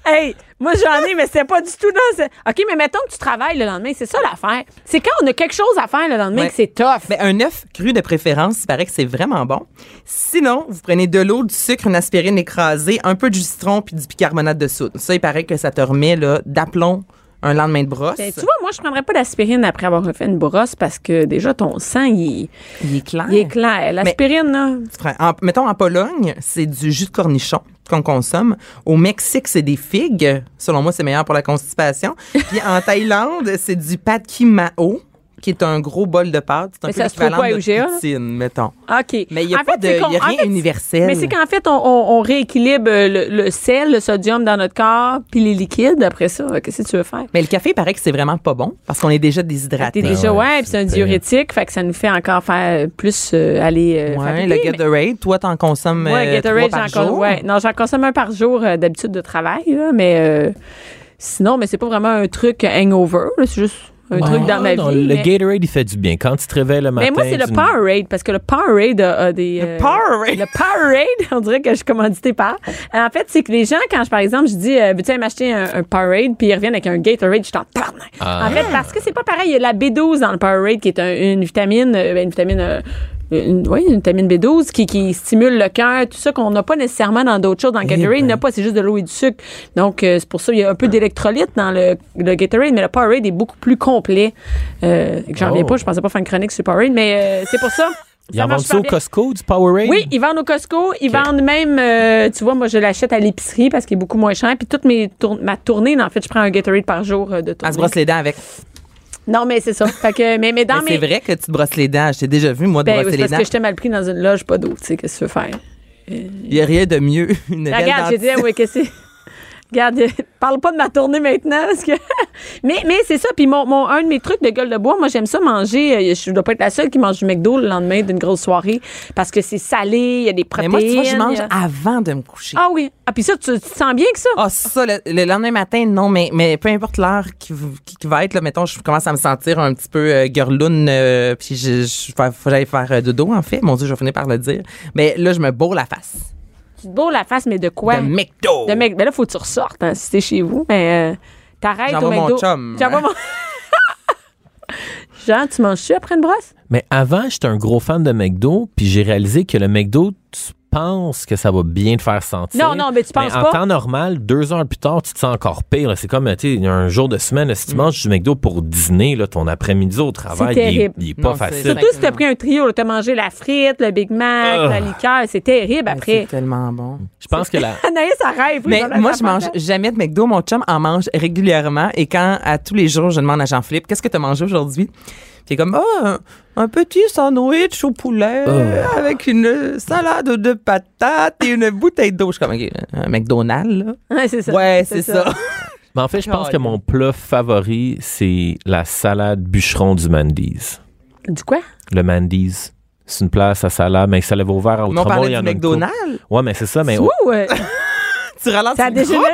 S3: Hey, moi j'en ai, mais c'est pas du tout dans. ce- OK, mais mettons que tu travailles le lendemain, c'est ça l'affaire. C'est quand on a quelque chose à faire le lendemain
S5: Ouais.
S3: que c'est tough.
S5: Ben, un œuf cru de préférence, il paraît que c'est vraiment bon. Sinon, vous prenez de l'eau, du sucre, une aspirine écrasée, un peu de jus de citron puis du bicarbonate de soude. Ça, il paraît que ça te remet là, d'aplomb un lendemain de brosse.
S3: Ben, tu vois, moi, je prendrais pas d'aspirine après avoir refait une brosse parce que déjà, ton sang, il,
S5: il est clair.
S3: il est clair. L'aspirine, là.
S5: Tu prends- en- mettons, en Pologne, c'est du jus de cornichon qu'on consomme. Au Mexique, c'est des figues. Selon moi, c'est meilleur pour la constipation. Puis en Thaïlande, c'est du pad ki mao, qui est un gros bol de pâte. C'est un
S3: Mais
S5: peu
S3: ça se trouve
S5: l'équivalent
S3: pas à
S5: de
S3: IGA, là?
S5: poutine, mettons.
S3: OK.
S5: Mais il n'y a,
S3: En
S5: pas
S3: fait,
S5: de-
S3: c'est
S5: il y a
S3: qu'on- en
S5: rien
S3: fait,
S5: universel.
S3: Mais c'est qu'en fait, on, on- on rééquilibre euh, le, le sel, le sodium dans notre corps, puis les liquides. Après ça, euh, qu'est-ce que tu veux faire?
S5: Mais le café, il paraît que c'est vraiment pas bon parce qu'on est déjà
S3: T'es
S5: déshydraté.
S3: déjà,
S4: ouais,
S3: ouais, puis c'est un
S4: c'est-
S3: diurétique, fait que ça nous fait encore faire plus euh, aller. euh,
S5: Ouais,
S3: fatiguer,
S5: le
S3: mais-
S5: Gatorade, toi, t'en consommes
S3: Ouais,
S5: euh,
S3: Gatorade,
S5: trois par
S3: j'en con-
S5: jour.
S3: ouais. Non, j'en consomme un par jour euh, d'habitude de travail, là, mais euh, sinon, mais c'est pas vraiment un truc hangover, là, c'est juste un truc
S5: Ah,
S3: dans ma
S4: Ah, Non,
S3: vie.
S4: Le
S3: mais...
S4: Gatorade, il fait du bien. Quand tu te réveilles le matin.
S3: mais moi, c'est le
S4: tu-
S3: Powerade, parce que le Powerade a, a des... euh,
S5: Powerade?
S3: Le Powerade, on dirait que je suis commandité par. Euh, En fait, c'est que les gens, quand je, par exemple, je dis, euh, veux-tu aller m'acheter un, un Powerade, puis ils reviennent avec un Gatorade, je t'en parle.
S4: Ah.
S3: En fait, parce que c'est pas pareil. Il y a la B12 dans le Powerade, qui est un- une vitamine, euh, ben, une vitamine... euh, une, oui, une vitamine B12 qui, qui stimule le cœur, tout ça qu'on n'a pas nécessairement dans d'autres choses. Dans
S4: Eh
S3: le Gatorade, il
S4: ben.
S3: n'y en a pas, c'est juste de l'eau et du sucre. Donc, euh, c'est pour ça qu'il y a un peu d'électrolytes dans le, le Gatorade, mais le Powerade est beaucoup plus complet. Euh, J'en reviens
S4: Oh.
S3: pas, je pensais pas faire une chronique sur Powerade, mais euh, c'est pour ça.
S4: Ils en
S3: marche
S4: vendent ça au
S3: super bien.
S4: Costco, du Powerade?
S3: Oui, ils vendent au Costco, ils vendent même, euh, tu vois, moi je l'achète à l'épicerie parce qu'il est beaucoup moins cher. Puis toute mes tour- ma tournée, là, en fait, je prends un Gatorade par jour euh, de
S5: Elle se
S3: tournée.
S5: brosse les dents avec.
S3: Non, mais c'est ça. Fait que, mais, mais dans
S5: Mais C'est
S3: mes...
S5: vrai que tu te brosses les dents. Je t'ai déjà vu, moi, de
S3: Ben,
S5: brosser
S3: c'est
S5: les
S3: parce
S5: dents.
S3: que j'étais mal pris dans une loge, pas d'eau, tu sais, qu'est-ce que tu veux faire?
S5: Il n'y a rien de mieux. Une belle
S3: Regarde, j'ai dit, ah
S5: dentiste.
S3: oui, qu'est-ce que c'est? Regarde, euh, parle pas de ma tournée maintenant. Parce que mais mais c'est ça. Puis mon, mon- un de mes trucs de gueule de bois, moi, j'aime ça manger. euh, Je dois pas être la seule qui mange du McDo le lendemain d'une grosse soirée parce que c'est salé, il y a des protéines.
S5: Mais moi, tu vois, je mange
S3: il y a-
S5: avant de me coucher.
S3: Ah oui. Ah, puis ça, tu, tu te sens bien que ça?
S5: Ah, ça, le, le lendemain matin, non, mais, mais peu importe l'heure qui, v- qui, qui va être, là, mettons, je commence à me sentir un petit peu euh, girloune, euh, puis je, je, faut- faut que j'aille faire euh, dodo, en fait. Mon Dieu, je vais finir par le dire. Mais là, je me bourre la face.
S3: Tu te bourres la face, mais de quoi?
S5: De McDo!
S3: De mec. Mais là, faut que tu ressortes hein, si t'es chez vous. Mais euh, t'arrêtes au
S5: J'envoie
S3: McDo.
S5: mon chum. hein.
S3: J'envoie mon- Jean, tu manges-tu après une brosse?
S4: Mais avant, j'étais un gros fan de McDo, puis j'ai réalisé que le McDo, tu penses que ça va bien te faire sentir.
S3: Non, non, mais tu penses
S4: en
S3: pas.
S4: temps normal, deux heures plus tard, tu te sens encore pire. là. C'est comme, tu sais, un jour de semaine, si tu manges du McDo pour dîner, là, ton après-midi au travail,
S3: Mm. C'est
S4: il est,
S3: terrible.
S4: il est pas
S5: Non, c'est-
S4: facile.
S3: Surtout si t'as
S5: Exactement.
S3: pris un trio, là, t'as mangé la frite, le Big Mac,
S4: Ugh.
S3: la liqueur, c'est terrible
S5: Ah,
S3: après.
S5: C'est tellement bon.
S4: Je pense que la...
S3: Anaïs, ça rêve. oui,
S5: Mais
S3: dans la-
S5: moi,
S3: dans
S5: je
S3: la
S5: mange
S3: pantalon.
S5: jamais de McDo. Mon chum en mange régulièrement. Et quand, à tous les jours, je demande à Jean-Philippe, qu'est-ce que tu as mangé aujourd'hui? Puis il est comme, ah, un- un petit sandwich au poulet
S4: Oh.
S5: avec une salade de patates et une bouteille d'eau. Je suis comme, OK, un McDonald's, là.
S3: hein. Ouais, c'est ça.
S5: Ouais, c'est ça.
S4: Mais en fait, je pense
S5: Caroline.
S4: que mon plat favori, c'est la salade bûcheron du Mandy's.
S3: Du quoi?
S4: Le Mandy's. C'est une place à salade, mais ça l'avait ouvert à
S5: Mais on
S4: Outremont,
S5: parlait
S4: il y
S5: du
S4: en a une couple.
S5: McDonald's.
S4: Ouais, mais c'est ça, mais
S3: Ouh, euh,
S5: Tu ralentis
S3: ça a
S5: le groupe.
S3: dégénéré.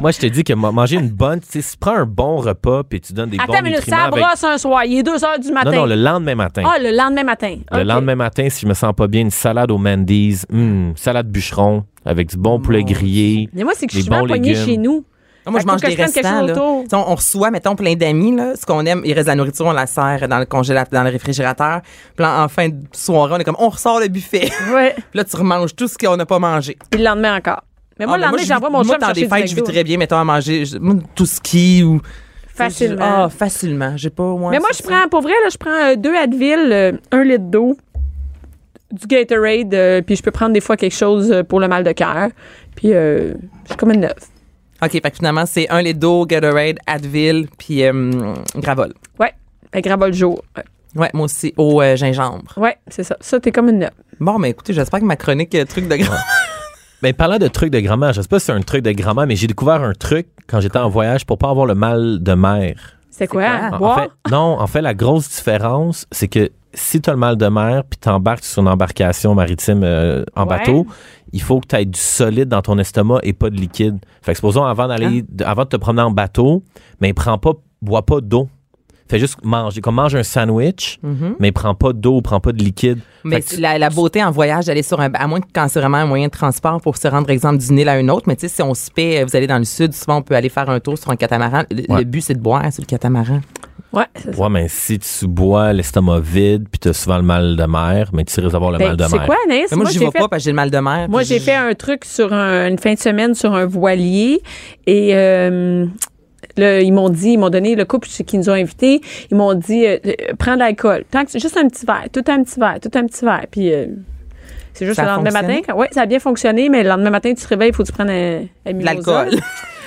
S4: Moi, je te dis que ma- manger une bonne, tu sais, si tu prends un bon repas puis tu donnes des
S3: Attends
S4: bons
S3: une minute,
S4: nutriments
S3: ça
S4: avec...
S3: brosse un soir. Il est 2 heures du matin.
S4: Non, non, le lendemain matin.
S3: Ah, le lendemain matin.
S4: Le
S3: OK.
S4: lendemain matin, si je me sens pas bien, une salade au Mandy's, hum, salade bûcheron avec du bon poulet grillé.
S3: Mais moi, c'est que je
S4: Les
S3: suis souvent
S4: bons
S3: poignée
S4: légumes.
S3: chez nous.
S5: Non, Ah,
S3: Fait
S5: Moi, je
S3: qu'il
S5: mange
S3: faut que
S5: des
S3: je prenne quelque
S5: restants.
S3: chose
S5: là.
S3: autour.
S5: Tu sais, On, on reçoit, mettons, plein d'amis. là. Ce qu'on aime, il reste de la nourriture, on la serre dans le congélateur, dans le réfrigérateur. Puis en, en fin de soirée, on est comme, on ressort le buffet.
S3: Ouais.
S5: Puis là, tu remanges tout ce qu'on n'a pas mangé.
S3: Puis le lendemain encore. Mais moi,
S5: Ah,
S3: le lendemain,
S5: je
S3: j'envoie
S5: vis-
S3: mon
S5: moi,
S3: chum
S5: dans
S3: chercher
S5: des
S3: du
S5: fêtes, je vis
S3: McDo.
S5: très bien, mettons, à manger je- moi, tout ce qui ou...
S3: Facilement.
S5: Ah, facilement. J'ai pas... ouais,
S3: Mais moi,
S5: c'est
S3: je
S5: ça.
S3: prends, pour vrai, là, je prends euh, deux Advil, euh, un litre d'eau, du Gatorade, euh, puis je peux prendre des fois quelque chose euh, pour le mal de cœur. Puis euh, je suis comme une neuve.
S5: OK, fait que finalement, c'est un Lido, Gatorade, Advil, puis euh, Gravol.
S3: Ouais. Fait que rabats Ben, le jour. Ouais,
S5: Ouais, moi aussi, au euh, gingembre.
S3: Ouais, c'est ça. Ça, t'es comme une neuve.
S5: Bon, mais écoutez, j'espère que ma chronique euh, truc de grand...
S4: Oh, Mais parlant de trucs de grand-mère, je sais pas si c'est un truc de grand-mère, mais j'ai découvert un truc quand j'étais en voyage pour pas avoir le mal de mer.
S3: C'est quoi? hein?
S4: En- En
S3: Boire?
S4: fait, non, en fait, la grosse différence, c'est que si tu as le mal de mer puis t'embarques sur une embarcation maritime euh, en
S3: Ouais.
S4: bateau, il faut que tu aies du solide dans ton estomac et pas de liquide. Fait que supposons avant d'aller
S3: Ah.
S4: de- avant de te promener en bateau, mais prends pas bois pas d'eau. Fais juste manger, comme mange un sandwich,
S3: Mm-hmm.
S4: mais prends pas d'eau, prends pas de liquide.
S5: Mais
S4: Fait que
S5: c'est
S4: tu-
S5: la, la beauté en voyage d'aller sur un à moins que quand c'est vraiment un moyen de transport pour se rendre exemple d'une île à une autre, mais tu sais si on se paie, vous allez dans le sud, souvent on peut aller faire un tour sur un catamaran. Le,
S4: Ouais.
S5: le but c'est de boire sur le catamaran.
S3: Ouais, c'est ça.
S4: Ouais, mais si tu bois l'estomac vide, puis tu as souvent le mal de mer, mais tu risques d'avoir le
S3: Ben,
S4: mal de
S3: c'est
S4: mer.
S3: quoi, Anaïs?
S5: Mais moi, j'y
S3: j'ai
S5: vais
S3: fait-
S5: pas parce que j'ai le mal de mer.
S3: Moi,
S5: puis
S3: j'ai fait un truc sur un- une fin de semaine sur un voilier et euh, le- ils m'ont dit, ils m'ont donné le couple qui nous ont invités, ils m'ont dit euh, euh, prends de l'alcool, Tant que tu- juste un petit verre, tout un petit verre, tout un petit verre, puis euh, c'est juste
S5: Ça
S3: le
S5: a
S3: lendemain
S5: fonctionné?
S3: matin. Quand, ouais, ça a bien fonctionné, mais le lendemain matin, tu te réveilles, il faut que tu prennes un, un
S5: de
S3: mimosa.
S5: l'alcool.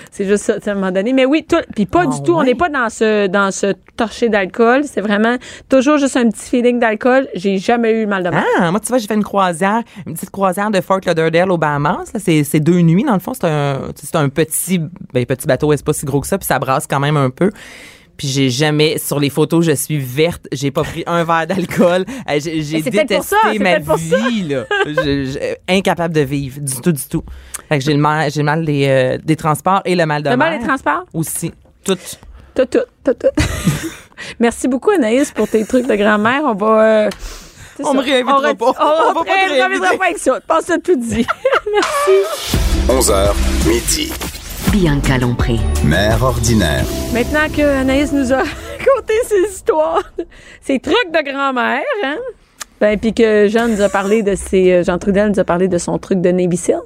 S3: C'est juste ça, tu sais, à un moment donné. Mais oui, tout, puis pas
S5: Ah
S3: du tout. On
S5: ouais?
S3: n'est pas dans ce dans ce torché d'alcool. C'est vraiment toujours juste un petit feeling d'alcool. J'ai jamais eu mal de mer.
S5: Ah, moi, tu vois, j'ai fait une croisière, une petite croisière de Fort Lauderdale aux Bahamas. là. C'est c'est deux nuits, dans le fond. C'est un, c'est un petit, ben, petit bateau, c'est pas si gros que ça, puis ça brasse quand même un peu. Puis j'ai jamais, sur les photos, je suis verte, j'ai pas pris un verre d'alcool. Euh, J'ai j'ai
S3: Mais c'est peut-être
S5: détesté
S3: pour ça, c'est
S5: ma
S3: peut-être pour ça.
S5: vie, là. Je- je- incapable de vivre, du tout, du tout. Fait que j'ai le mal, j'ai le mal des, euh, des transports et le mal de
S3: Le mal
S5: mer
S3: des transports?
S5: aussi. Tout.
S3: T'as tout, t'as tout. Merci beaucoup, Anaïs, pour tes trucs de grand-mère. On va. euh, c'est
S5: On
S3: ça.
S5: me réinvitera
S3: re-
S5: pas.
S3: On,
S5: On va pas
S3: on
S5: te
S3: réinvitera
S5: réinviter.
S3: pas avec ça. Pense à tout dit.
S2: 11h, midi.
S1: Bianca Lompré.
S2: Mère ordinaire.
S3: Maintenant que Anaïs nous a raconté ses histoires, ses trucs de grand-mère, hein? Ben, puis que Jean nous a parlé de ses. euh, Jean Trudel nous a parlé de son truc de Navy Seal.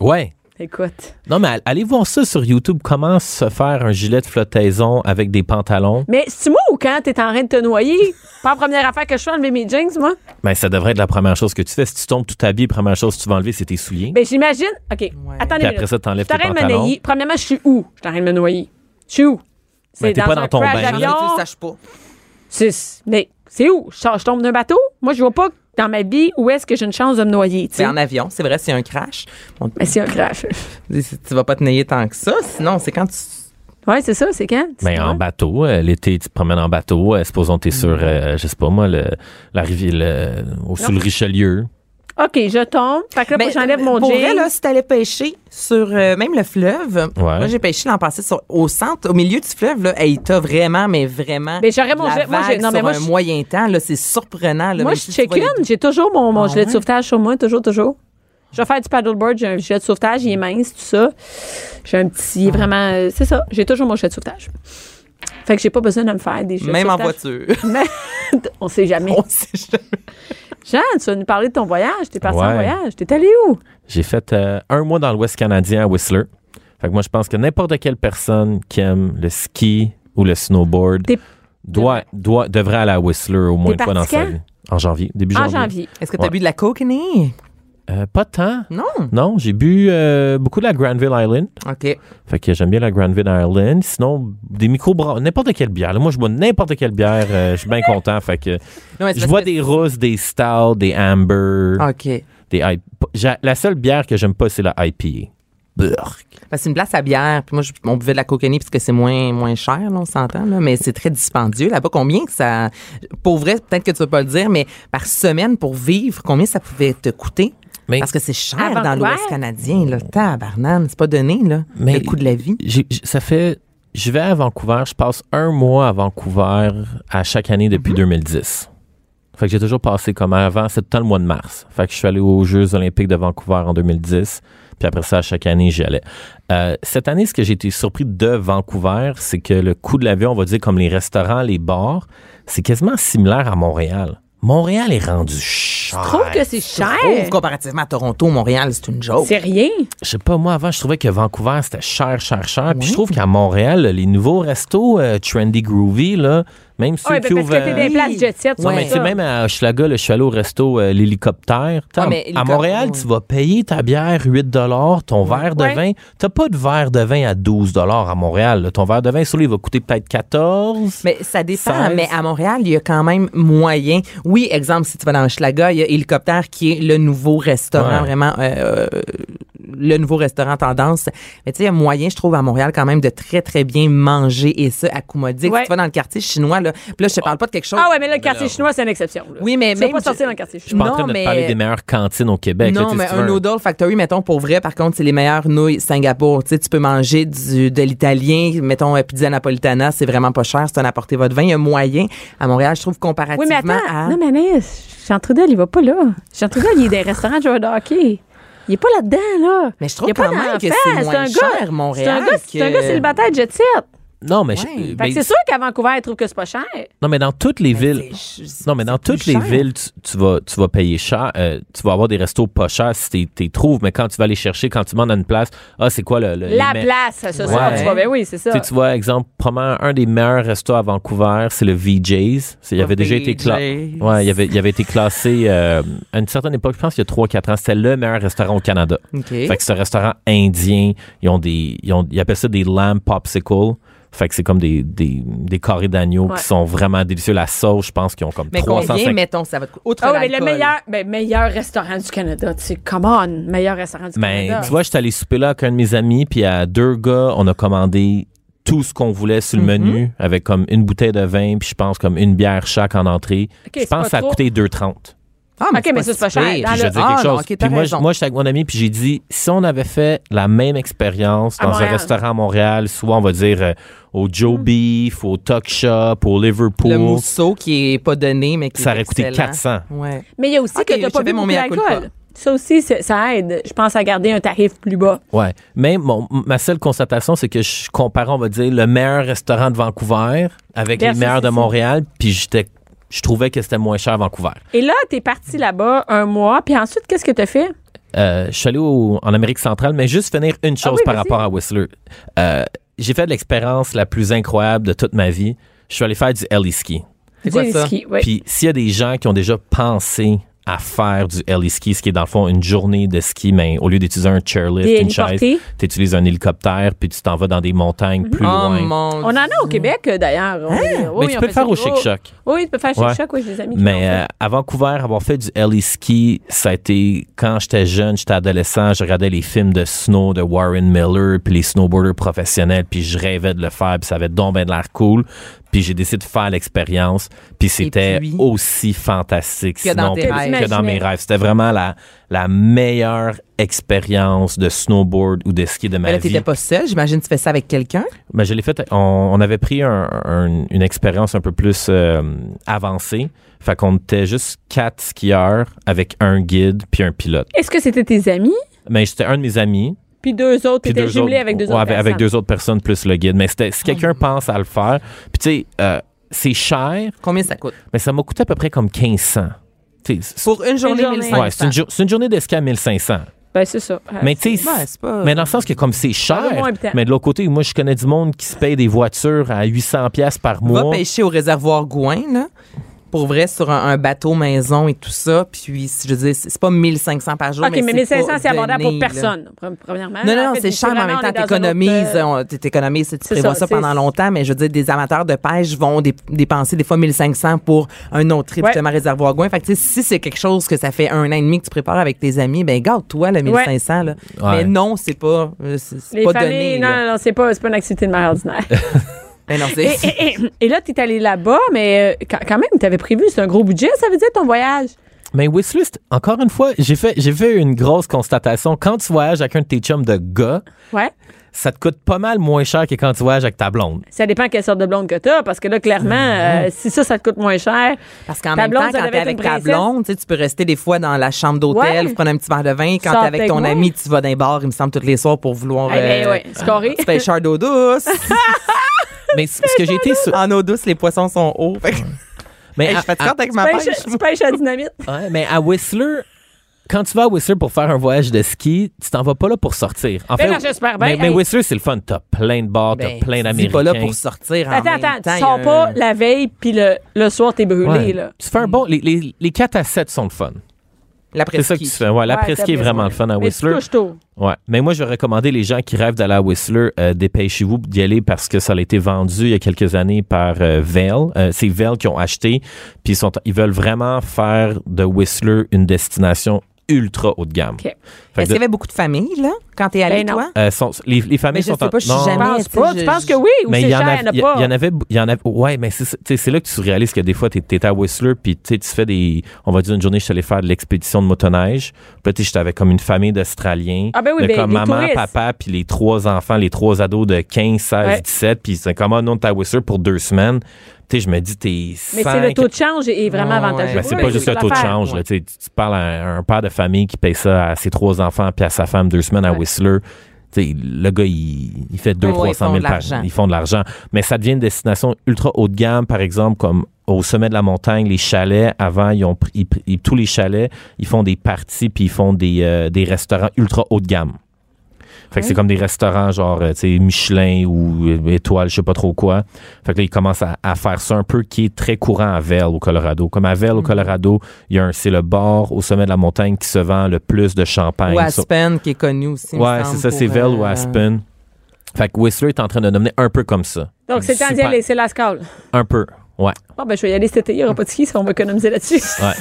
S4: Ouais.
S3: Écoute.
S4: Non, mais allez voir ça sur YouTube, comment se faire un gilet de flottaison avec des pantalons.
S3: Mais c'est moi ou quand t'es en train de te noyer? Pas la première affaire que je fais, enlever mes jeans, moi?
S4: Ben, ça devrait être la première chose que tu fais. Si tu tombes tout habillé, première chose que tu vas enlever, c'est tes souliers.
S3: Ben, j'imagine. OK. Attendez.
S4: Puis
S3: une
S4: après
S3: minute.
S4: ça, t'enlèves
S3: Je suis en
S4: tes
S3: train de me
S4: pantalons.
S3: noyer. Premièrement, je suis où? Je suis en train de me noyer. Je suis où?
S4: Ben, t'es pas
S3: un
S4: dans ton
S3: crash
S4: bain.
S5: J'aimerais
S3: d'avion.
S5: que tu le saches pas.
S3: C'est- Mais c'est où? Je, je tombe d'un bateau? Moi, je vois pas dans ma vie où est-ce que j'ai une chance de me noyer. tu sais.
S5: C'est en avion, c'est vrai, c'est un crash. Bon,
S3: Mais c'est un crash.
S5: tu vas pas te nayer tant que ça, sinon, c'est quand tu
S3: ouais, c'est ça, c'est quand?
S4: Ben, en bateau, euh, l'été, tu te promènes en bateau. Euh, supposons que tu es
S3: Mm.
S4: sur, euh, je sais pas moi, le, la rivière, le- au, sur le Richelieu.
S3: OK, je tombe. Fait que là, faut
S5: Ben,
S3: que j'enlève mon
S5: pour
S3: jean.
S5: vrai, là, si t'allais pêcher sur euh, même le fleuve, moi j'ai pêché l'an passé sur, au centre, au milieu du fleuve, là, hey, t'as vraiment, mais vraiment.
S3: Mais j'aurais
S5: de
S3: mon
S5: la
S3: jet- moi, j'ai-
S5: vague
S3: non, mais
S5: sur
S3: moi,
S5: un
S3: je-
S5: moyen temps, là, c'est surprenant. là,
S3: moi,
S5: même
S3: je
S5: si tu
S3: check
S5: vois les-
S3: in. J'ai toujours mon, mon
S5: Ah
S3: gilet de
S5: ouais?
S3: sauvetage sur moi, toujours, toujours. Je vais faire du paddleboard, j'ai un gilet de sauvetage, il est mince, tout ça. J'ai un petit, vraiment, euh, c'est ça, j'ai toujours mon gilet de sauvetage. Fait que j'ai pas besoin de me faire des gilets de
S5: Même en
S3: sauvetage.
S5: voiture.
S3: Mais- on sait jamais.
S5: On sait jamais.
S3: Jean, tu vas nous parler de ton voyage, t'es parti en
S4: Ouais.
S3: voyage, t'es allé où?
S4: J'ai fait euh, un mois dans l'Ouest canadien à Whistler. Fait que moi, je pense que n'importe quelle personne qui aime le ski ou le snowboard
S3: T'es-
S4: doit, doit, devrait aller à Whistler au moins
S3: T'es
S4: une fois dans
S3: parti
S4: sa
S3: quand?
S4: vie. En janvier, début
S3: En
S4: janvier.
S3: janvier.
S5: Est-ce que t'as
S4: Ouais.
S5: bu de la cocaine?
S4: Euh, pas tant.
S5: Non.
S4: Non, j'ai bu euh, beaucoup de la Granville Island.
S5: OK.
S4: Fait que j'aime bien la Granville Island. Sinon, des micro n'importe quelle bière. Là, moi, je bois n'importe quelle bière. euh, je suis bien content. Fait que
S5: Non, mais c'est
S4: je
S5: parce
S4: bois
S5: que- Ah.
S4: des rousses, des stouts, des amber,
S5: OK.
S4: des I- J'a- La seule bière que j'aime pas, c'est la IPA. Burk.
S5: Parce que Ben, c'est une place à bière. Puis moi, je- on buvait de la cocaine parce que c'est moins, moins cher, là, on s'entend, là, mais c'est très dispendieux. Là-bas, combien que ça. Pour vrai, peut-être que tu ne vas pas le dire, mais par semaine pour vivre, combien ça pouvait te coûter?
S4: Mais-
S5: Parce que c'est cher
S3: À
S5: dans
S3: Vancouver?
S5: l'Ouest canadien, là. Tabarnane, c'est pas donné, là. le
S4: Mais-
S5: coût de la vie.
S4: J'ai- j- ça fait. Je vais à Vancouver. Je passe un mois à Vancouver à chaque année depuis 2010. Fait que j'ai toujours passé comme avant. C'est tout le temps le mois de mars. Fait que je suis allé aux Jeux Olympiques de Vancouver en 2010. Puis après ça, à chaque année, j'y allais. Euh, cette année, ce que j'ai été surpris de Vancouver, c'est que le coût de l'avion, on va dire comme les restaurants, les bars, c'est quasiment similaire à Montréal. Montréal est rendu cher.
S3: Je trouve que c'est cher.
S5: Je trouve, comparativement à Toronto, Montréal, c'est une joke.
S3: C'est rien.
S4: Je sais pas, moi, avant, je trouvais que Vancouver, c'était cher, cher, cher. Puis je trouve qu'à Montréal, les nouveaux restos euh, trendy, groovy, là, même ceux
S3: Oui,
S4: qui
S3: ben, parce
S4: ouvrent...
S3: que t'es
S4: euh,
S3: des places jet set,
S4: non,
S5: Ouais.
S4: mais tu sais, même à Hochelaga, là, je suis allé au resto euh, l'hélicoptère. Tu sais,
S5: Ah,
S4: à-
S5: mais
S4: à
S5: l'hélicoptère,
S4: Montréal,
S5: ouais.
S4: tu vas payer ta bière 8 ton verre de
S3: Ouais.
S4: vin. T'as pas de verre de vin à 12 à Montréal. là. Ton verre de vin, sur lui, il va coûter peut-être 14.
S5: Mais ça dépend.
S4: 16.
S5: Mais à Montréal, il y a quand même moyen. Oui, exemple, si tu vas dans Schlaga, il y a Hélicoptère qui est le nouveau restaurant,
S4: Ouais.
S5: vraiment, euh, euh, le nouveau restaurant tendance. Mais tu sais, il y a moyen, je trouve, à Montréal, quand même, de très, très bien manger et ça à Coumodic.
S3: Ouais.
S5: Si tu vas dans le quartier chinois, là, puis là, je te parle pas de quelque chose.
S3: Ah ouais, mais là, le quartier chinois, c'est une exception. là.
S5: Oui, mais
S3: Tu vas
S5: même
S3: pas
S5: je-
S3: sortir dans le quartier
S4: Je suis pas
S3: chinois.
S5: non,
S4: en train de te
S5: mais-
S4: parler des meilleures cantines au Québec. là, tu
S5: Non,
S4: sais,
S5: mais
S4: si tu veux
S5: un Noodle Factory, mettons, pour vrai, par contre, c'est les meilleures nouilles Singapour. Tu sais, tu peux manger du, de l'italien, mettons, euh, pizza napolitana, c'est vraiment pas cher, c'est un apporter votre vin. Il y a moyen. À Montréal, je trouve, comparativement
S3: Oui, mais attends.
S5: à...
S3: Non, mais Anaïs, Jean Trudel, il va pas là. Jean Trudel, il est des restaurants de joueurs de hockey. Il est pas là-dedans, là.
S5: Mais je trouve
S3: Il y a pas
S5: quand même
S3: d'enfant,
S5: que c'est moins
S3: un
S5: cher,
S3: gars,
S5: Montréal,
S3: C'est un gars, c'est un
S5: que-
S3: gars célibataire de jet set.
S4: Non, mais, je-
S5: Ouais.
S4: mais-
S3: Fait que c'est sûr qu'à Vancouver, ils trouvent que c'est pas cher.
S4: non, mais dans toutes les villes... Non, mais dans toutes les villes, tu, tu vas, tu vas payer cher. euh, tu vas avoir des restos pas chers si tu les trouves, mais quand tu vas les chercher, quand tu demandes à une place, ah, c'est quoi le. le-
S3: La
S4: les me-
S3: place, ce soir,
S4: Ouais.
S3: tu vois, ben oui, c'est ça.
S4: Tu sais, tu vois, exemple, probablement un des meilleurs restos à Vancouver, c'est le VJ's. C'est- Il avait déjà été classé.
S5: VJ's.
S4: Ouais, il avait, il avait été classé euh, à une certaine époque, je pense, il y a 3-4 ans. C'était le meilleur restaurant au Canada.
S5: OK.
S4: Fait que c'est un restaurant indien. Ils ont des. Ils, ont- ils appellent ça des lamb popsicles. Fait que c'est comme des, des, des carrés d'agneau
S3: Ouais.
S4: qui sont vraiment délicieux. La sauce, je pense qu'ils ont comme
S5: Mais combien,
S4: 350
S5: mettons, ça va te coûter? Outre
S3: Ah oui, mais le
S5: l'alcool.
S3: meilleur, ben, meilleur restaurant du Canada, tu sais, come on, meilleur restaurant du
S4: Mais
S3: Canada.
S4: Ben, tu vois, j'étais allé souper là avec un de mes amis, puis à deux gars, on a commandé tout ce qu'on voulait sur le
S3: Mhm.
S4: menu, avec comme une bouteille de vin, puis je pense comme une bière chaque en entrée.
S3: Ok,
S4: je
S3: c'est
S4: pense
S3: pas
S4: que ça a
S3: trop.
S4: coûté 2,30.
S5: Ah,
S3: Ok, mais ça, c'est pas
S5: si
S3: cher.
S5: pire.
S3: Dans
S4: Puis je
S3: le-
S4: vais dire quelque
S5: Ah,
S4: chose.
S5: non, ok, t'as
S4: puis moi,
S5: raison.
S4: je- moi, j'étais avec mon ami, puis j'ai dit, si on avait fait la même expérience
S3: À
S4: dans un
S3: Montréal. Mm.
S4: restaurant à Montréal, soit on va dire euh, au Joe Beef, au Tuck Shop, au Liverpool,
S5: Le mousseau qui est pas donné, mais qui
S4: ça
S5: est
S4: aurait coûté
S5: excellent.
S4: 400.
S5: Ouais.
S3: Mais il y a aussi
S5: Ok,
S3: que t'as
S5: je
S3: pas
S5: savais
S3: bu
S5: mon
S3: beaucoup
S5: mea culpa.
S3: d'alcool. Ça aussi, c'est- ça aide. Je pense à garder un tarif plus bas.
S4: Ouais. Mais mon- ma seule constatation, c'est que je comparais, on va dire, le meilleur restaurant de Vancouver avec
S3: Versus
S4: les meilleurs de
S3: ici.
S4: Montréal, puis j'étais, je trouvais que c'était moins cher à Vancouver.
S3: Et là, t'es parti là-bas un mois, puis ensuite, qu'est-ce que t'as fait?
S4: Euh, je suis allé au- en Amérique centrale, mais juste finir une chose
S3: Ah oui,
S4: par
S3: vas-y.
S4: rapport à Whistler. Euh, j'ai fait l'expérience la plus incroyable de toute ma vie. Je suis allé faire du heli ski.
S5: C'est quoi
S3: Du
S5: ça?
S3: ski, oui.
S4: Puis s'il y a des gens qui ont déjà pensé à faire du heli ski, ce qui est dans le fond une journée de ski, mais au lieu d'utiliser un chairlift,
S3: Des
S4: une chaise,
S3: héliportés. Mm-hmm.
S4: tu utilises un hélicoptère, puis tu t'en vas dans des montagnes plus
S5: Oh,
S4: loin.
S5: mon
S3: On en a au Québec, euh, d'ailleurs. On- oui,
S4: Hein? Mais
S3: oui,
S4: tu
S3: on
S4: peux le
S3: fait
S4: faire
S3: ça.
S4: au Shake
S3: Oh.
S4: Shack.
S3: Oui, tu peux faire Shake
S4: Ouais.
S3: Shack, oui, j'ai des amis qui l'ont
S4: Mais
S3: fait.
S4: euh, à Vancouver, avoir fait du heli ski, ça a été quand j'étais jeune, j'étais adolescent, je regardais les films de snow de Warren Miller, puis les snowboarders professionnels, puis je rêvais de le faire, puis ça avait donc bien de l'air cool, puis j'ai décidé de faire l'expérience, puis c'était
S5: puis?
S4: aussi fantastique
S5: Que dans
S4: sinon,
S5: tes
S4: que-
S5: rêves.
S4: que dans mes
S3: Imaginez.
S4: rêves. C'était vraiment la, la meilleure expérience de snowboard ou de ski de ma
S5: Mais là,
S4: vie.
S5: t'étais pas seul. J'imagine que tu fais ça avec quelqu'un.
S4: Ben, je l'ai fait. On, on avait pris un- un- une expérience un peu plus euh, avancée. Fait qu'on était juste quatre skieurs avec un guide puis un pilote.
S3: Est-ce que c'était tes amis?
S4: Mais c'était un de mes amis.
S3: Puis deux autres,
S4: Puis
S3: t'étais
S4: deux autres,
S3: jumelé avec deux
S4: ouais,
S3: autres.
S4: avec, avec
S3: personnes.
S4: deux autres personnes plus le guide. Mais c'était, si quelqu'un pense à le faire, puis tu sais, euh, c'est cher,
S5: Combien ça coûte?
S4: mais ça m'a coûté à peu près comme 1500. Tu sais, c'est-
S5: Pour une journée,
S3: journée.
S5: 1500.
S4: Ouais, c'est une, jour- c'est une journée d'escale 1500.
S3: Ben, c'est ça.
S4: Mais tu sais,
S5: Ouais, c'est pas-
S4: mais dans le sens que comme c'est cher,
S3: Ça vaut moins habitant.
S4: mais de l'autre côté, moi je connais du monde qui se paye des voitures à 800 pièces par mois.
S5: Va pêcher au réservoir Gouin, là. Pour vrai, sur un, un bateau maison et tout ça. Puis, si je veux dire, c'est c'est pas 1500 par jour.
S3: OK, mais
S5: c'est
S3: 1500,
S5: pas
S3: c'est abordable pour
S5: donné, là.
S3: personne, pre- premièrement.
S5: Non,
S3: En
S5: non,
S3: fait,
S5: c'est cher, mais en
S3: vraiment,
S5: même temps,
S3: on est dans un autre,
S5: t'économises.
S3: euh,
S5: on- t'é- T'économises, tu
S3: c'est
S5: prévois
S3: ça,
S5: ça,
S3: c'est-
S5: pendant longtemps, mais je veux dire, des amateurs de pêche vont dé- dépenser des fois 1500 pour un autre trip,
S3: Ouais.
S5: justement, réservoir Gouin. Fait que, tu sais, si c'est quelque chose que ça fait un an et demi que tu prépares avec tes amis, ben, garde-toi, le 1500, là.
S4: Ouais.
S5: Mais non, c'est pas, euh, c'est c'est
S3: Les
S5: pas
S3: familles,
S5: donné,
S3: non,
S5: là.
S3: non, non, c'est pas, c'est pas une activité de mère ordinaire.
S5: Ben non,
S3: et,
S5: c'est.
S3: et- et- et là, t'es allé là-bas, mais euh, quand, quand même, t'avais prévu, c'est un gros budget, ça veut dire, ton voyage.
S4: Mais Wishlist, encore une fois, j'ai fait, j'ai fait une grosse constatation. Quand tu voyages avec un de tes chums de gars,
S3: Ouais.
S4: ça te coûte pas mal moins cher que quand tu voyages avec ta blonde.
S3: Ça dépend quelle sorte de blonde que t'as, parce que là, clairement,
S4: Mm-hmm.
S3: euh, si ça, ça te coûte moins cher.
S5: Parce qu'en
S3: Ta
S5: même
S3: blonde,
S5: temps,
S3: ça
S5: quand
S3: devait
S5: t'es
S3: être
S5: avec
S3: une
S5: ta
S3: princesse.
S5: blonde, tu sais, tu peux rester des fois dans la chambre d'hôtel,
S3: Ouais.
S5: prendre un petit verre de vin. Quand
S3: Sors
S5: t'es avec
S3: avec
S5: ton
S3: moi.
S5: ami, tu vas dans les bars, il me semble, tous les soirs pour vouloir...
S3: Eh ben
S5: euh,
S3: ouais, scorer.
S5: Tu fais char d'eau douce.
S4: Mais c- ce que j'ai été sur-
S5: en eau douce, les poissons sont hauts. Fait que-
S4: Mais
S5: Hey, je
S4: à-
S5: suis fatigante avec ma
S3: Tu
S5: pêche.
S3: pêches- tu pêches à la dynamite.
S4: Ouais, mais à Whistler, quand tu vas à Whistler pour faire un voyage de ski, tu t'en vas pas là pour sortir. En
S3: Ben non, j'espère bien.
S4: mais, mais
S3: Hey.
S4: Whistler, c'est le fun. T'as plein de bars, t'as plein
S5: tu Ben, dis
S4: d'Américains.
S5: pas là pour sortir en
S3: Attends,
S5: même
S3: attends, tu
S5: temps, il y a
S3: sors
S5: un-
S3: pas la veille, puis le, le soir, t'es brûlé,
S4: Ouais.
S3: là.
S4: Tu fais un bon. Les, les, les 4 à 7 sont le fun.
S5: La
S4: C'est ça que tu
S5: presqu'île.
S4: fais. Ouais, la
S3: Ouais,
S4: presqu'île est
S3: t'as
S4: vraiment le
S3: raison.
S4: fun à
S3: Mais tu
S4: Whistler.
S3: touches tôt.
S4: Ouais. Mais moi, je vais recommander les gens qui rêvent d'aller à Whistler, euh, dépêchez-vous d'y aller parce que ça a été vendu il y a quelques années par euh, Vail. Euh, c'est Vail qui ont acheté. Puis ils, sont, ils veulent vraiment faire de Whistler une destination ultra haut de gamme.
S3: OK.
S4: Fait que
S5: Est-ce
S4: de-
S5: qu'il y avait beaucoup de familles, là, quand t'es allé,
S3: Ben non.
S5: toi?
S4: euh, sont- les, les
S5: Mais
S4: familles
S5: je
S4: sont
S5: sais
S4: en-
S5: pas, je suis
S4: non.
S3: Je
S5: jamais- Mais,
S3: pense
S5: tu sais,
S3: pas.
S5: je-
S3: Tu penses que oui, ou
S4: Mais il
S3: c'est
S4: y,
S3: cher,
S4: en
S3: il
S4: avait,
S3: n'y en a pas.
S4: il y en avait, il y en avait- ouais, mais c'est ça- tu sais, c'est là que tu réalises que des fois, t'es es à Whistler, puis tu sais, tu fais des, on va dire une journée, je suis allé faire de l'expédition de motoneige, puis là, tu sais, j'étais avec comme une famille d'Australiens,
S3: Ah ben oui,
S4: de
S3: ben,
S4: comme
S3: les
S4: maman,
S3: touristes.
S4: papa, puis les trois enfants, les trois ados de 15, 16,
S3: Ouais.
S4: 17, puis c'est comme, ah non, t'es à Whistler pour deux semaines, tu sais, je me dis, t'es
S3: Mais c'est
S4: cinq-
S3: le taux de change est vraiment
S5: Ouais, ouais.
S3: avantageux.
S4: ben, c'est
S3: Oui,
S4: pas juste le taux de
S3: l'affaire.
S4: change. là. Tu, sais, tu- tu parles à un père de famille qui paye ça à ses trois enfants puis à sa femme deux semaines à
S3: Ouais.
S4: Whistler. Tu sais, le gars, il, il fait
S5: Ouais,
S4: 200-300
S5: ils font
S4: 000
S5: de
S4: par
S5: l'argent.
S4: Ils font de l'argent. Mais ça devient une destination ultra haut de gamme, par exemple, comme au sommet de la montagne, les chalets, avant, ils ont pris- ils pris- ils- tous les chalets, ils font des parties puis ils font des, euh, des restaurants ultra haut de gamme. Fait que c'est comme des restaurants genre euh, tu sais, Michelin ou euh, Étoile, je sais pas trop quoi. Fait que là, ils commencent à, à faire ça un peu qui est très courant à Vail au Colorado. Comme à Vail
S5: Mm.
S4: au Colorado, il y a un c'est le bar au sommet de la montagne qui se vend le plus de champagne.
S5: Ou
S4: Ben, Ça-
S5: Aspen, qui est connu aussi. il me
S4: ouais,
S5: semble,
S4: c'est ça,
S5: pour,
S4: c'est Vail ou
S5: euh,
S4: Aspen. Fait que Whistler est en train de nommer un peu comme ça.
S3: Donc, c'est le temps d'y
S4: Super.
S3: aller, c'est la scale.
S4: Un peu. Ouais.
S3: Bon, ben, je vais y aller cet été, il n'y aura pas de ski, ça, on va économiser là-dessus.
S4: Ouais.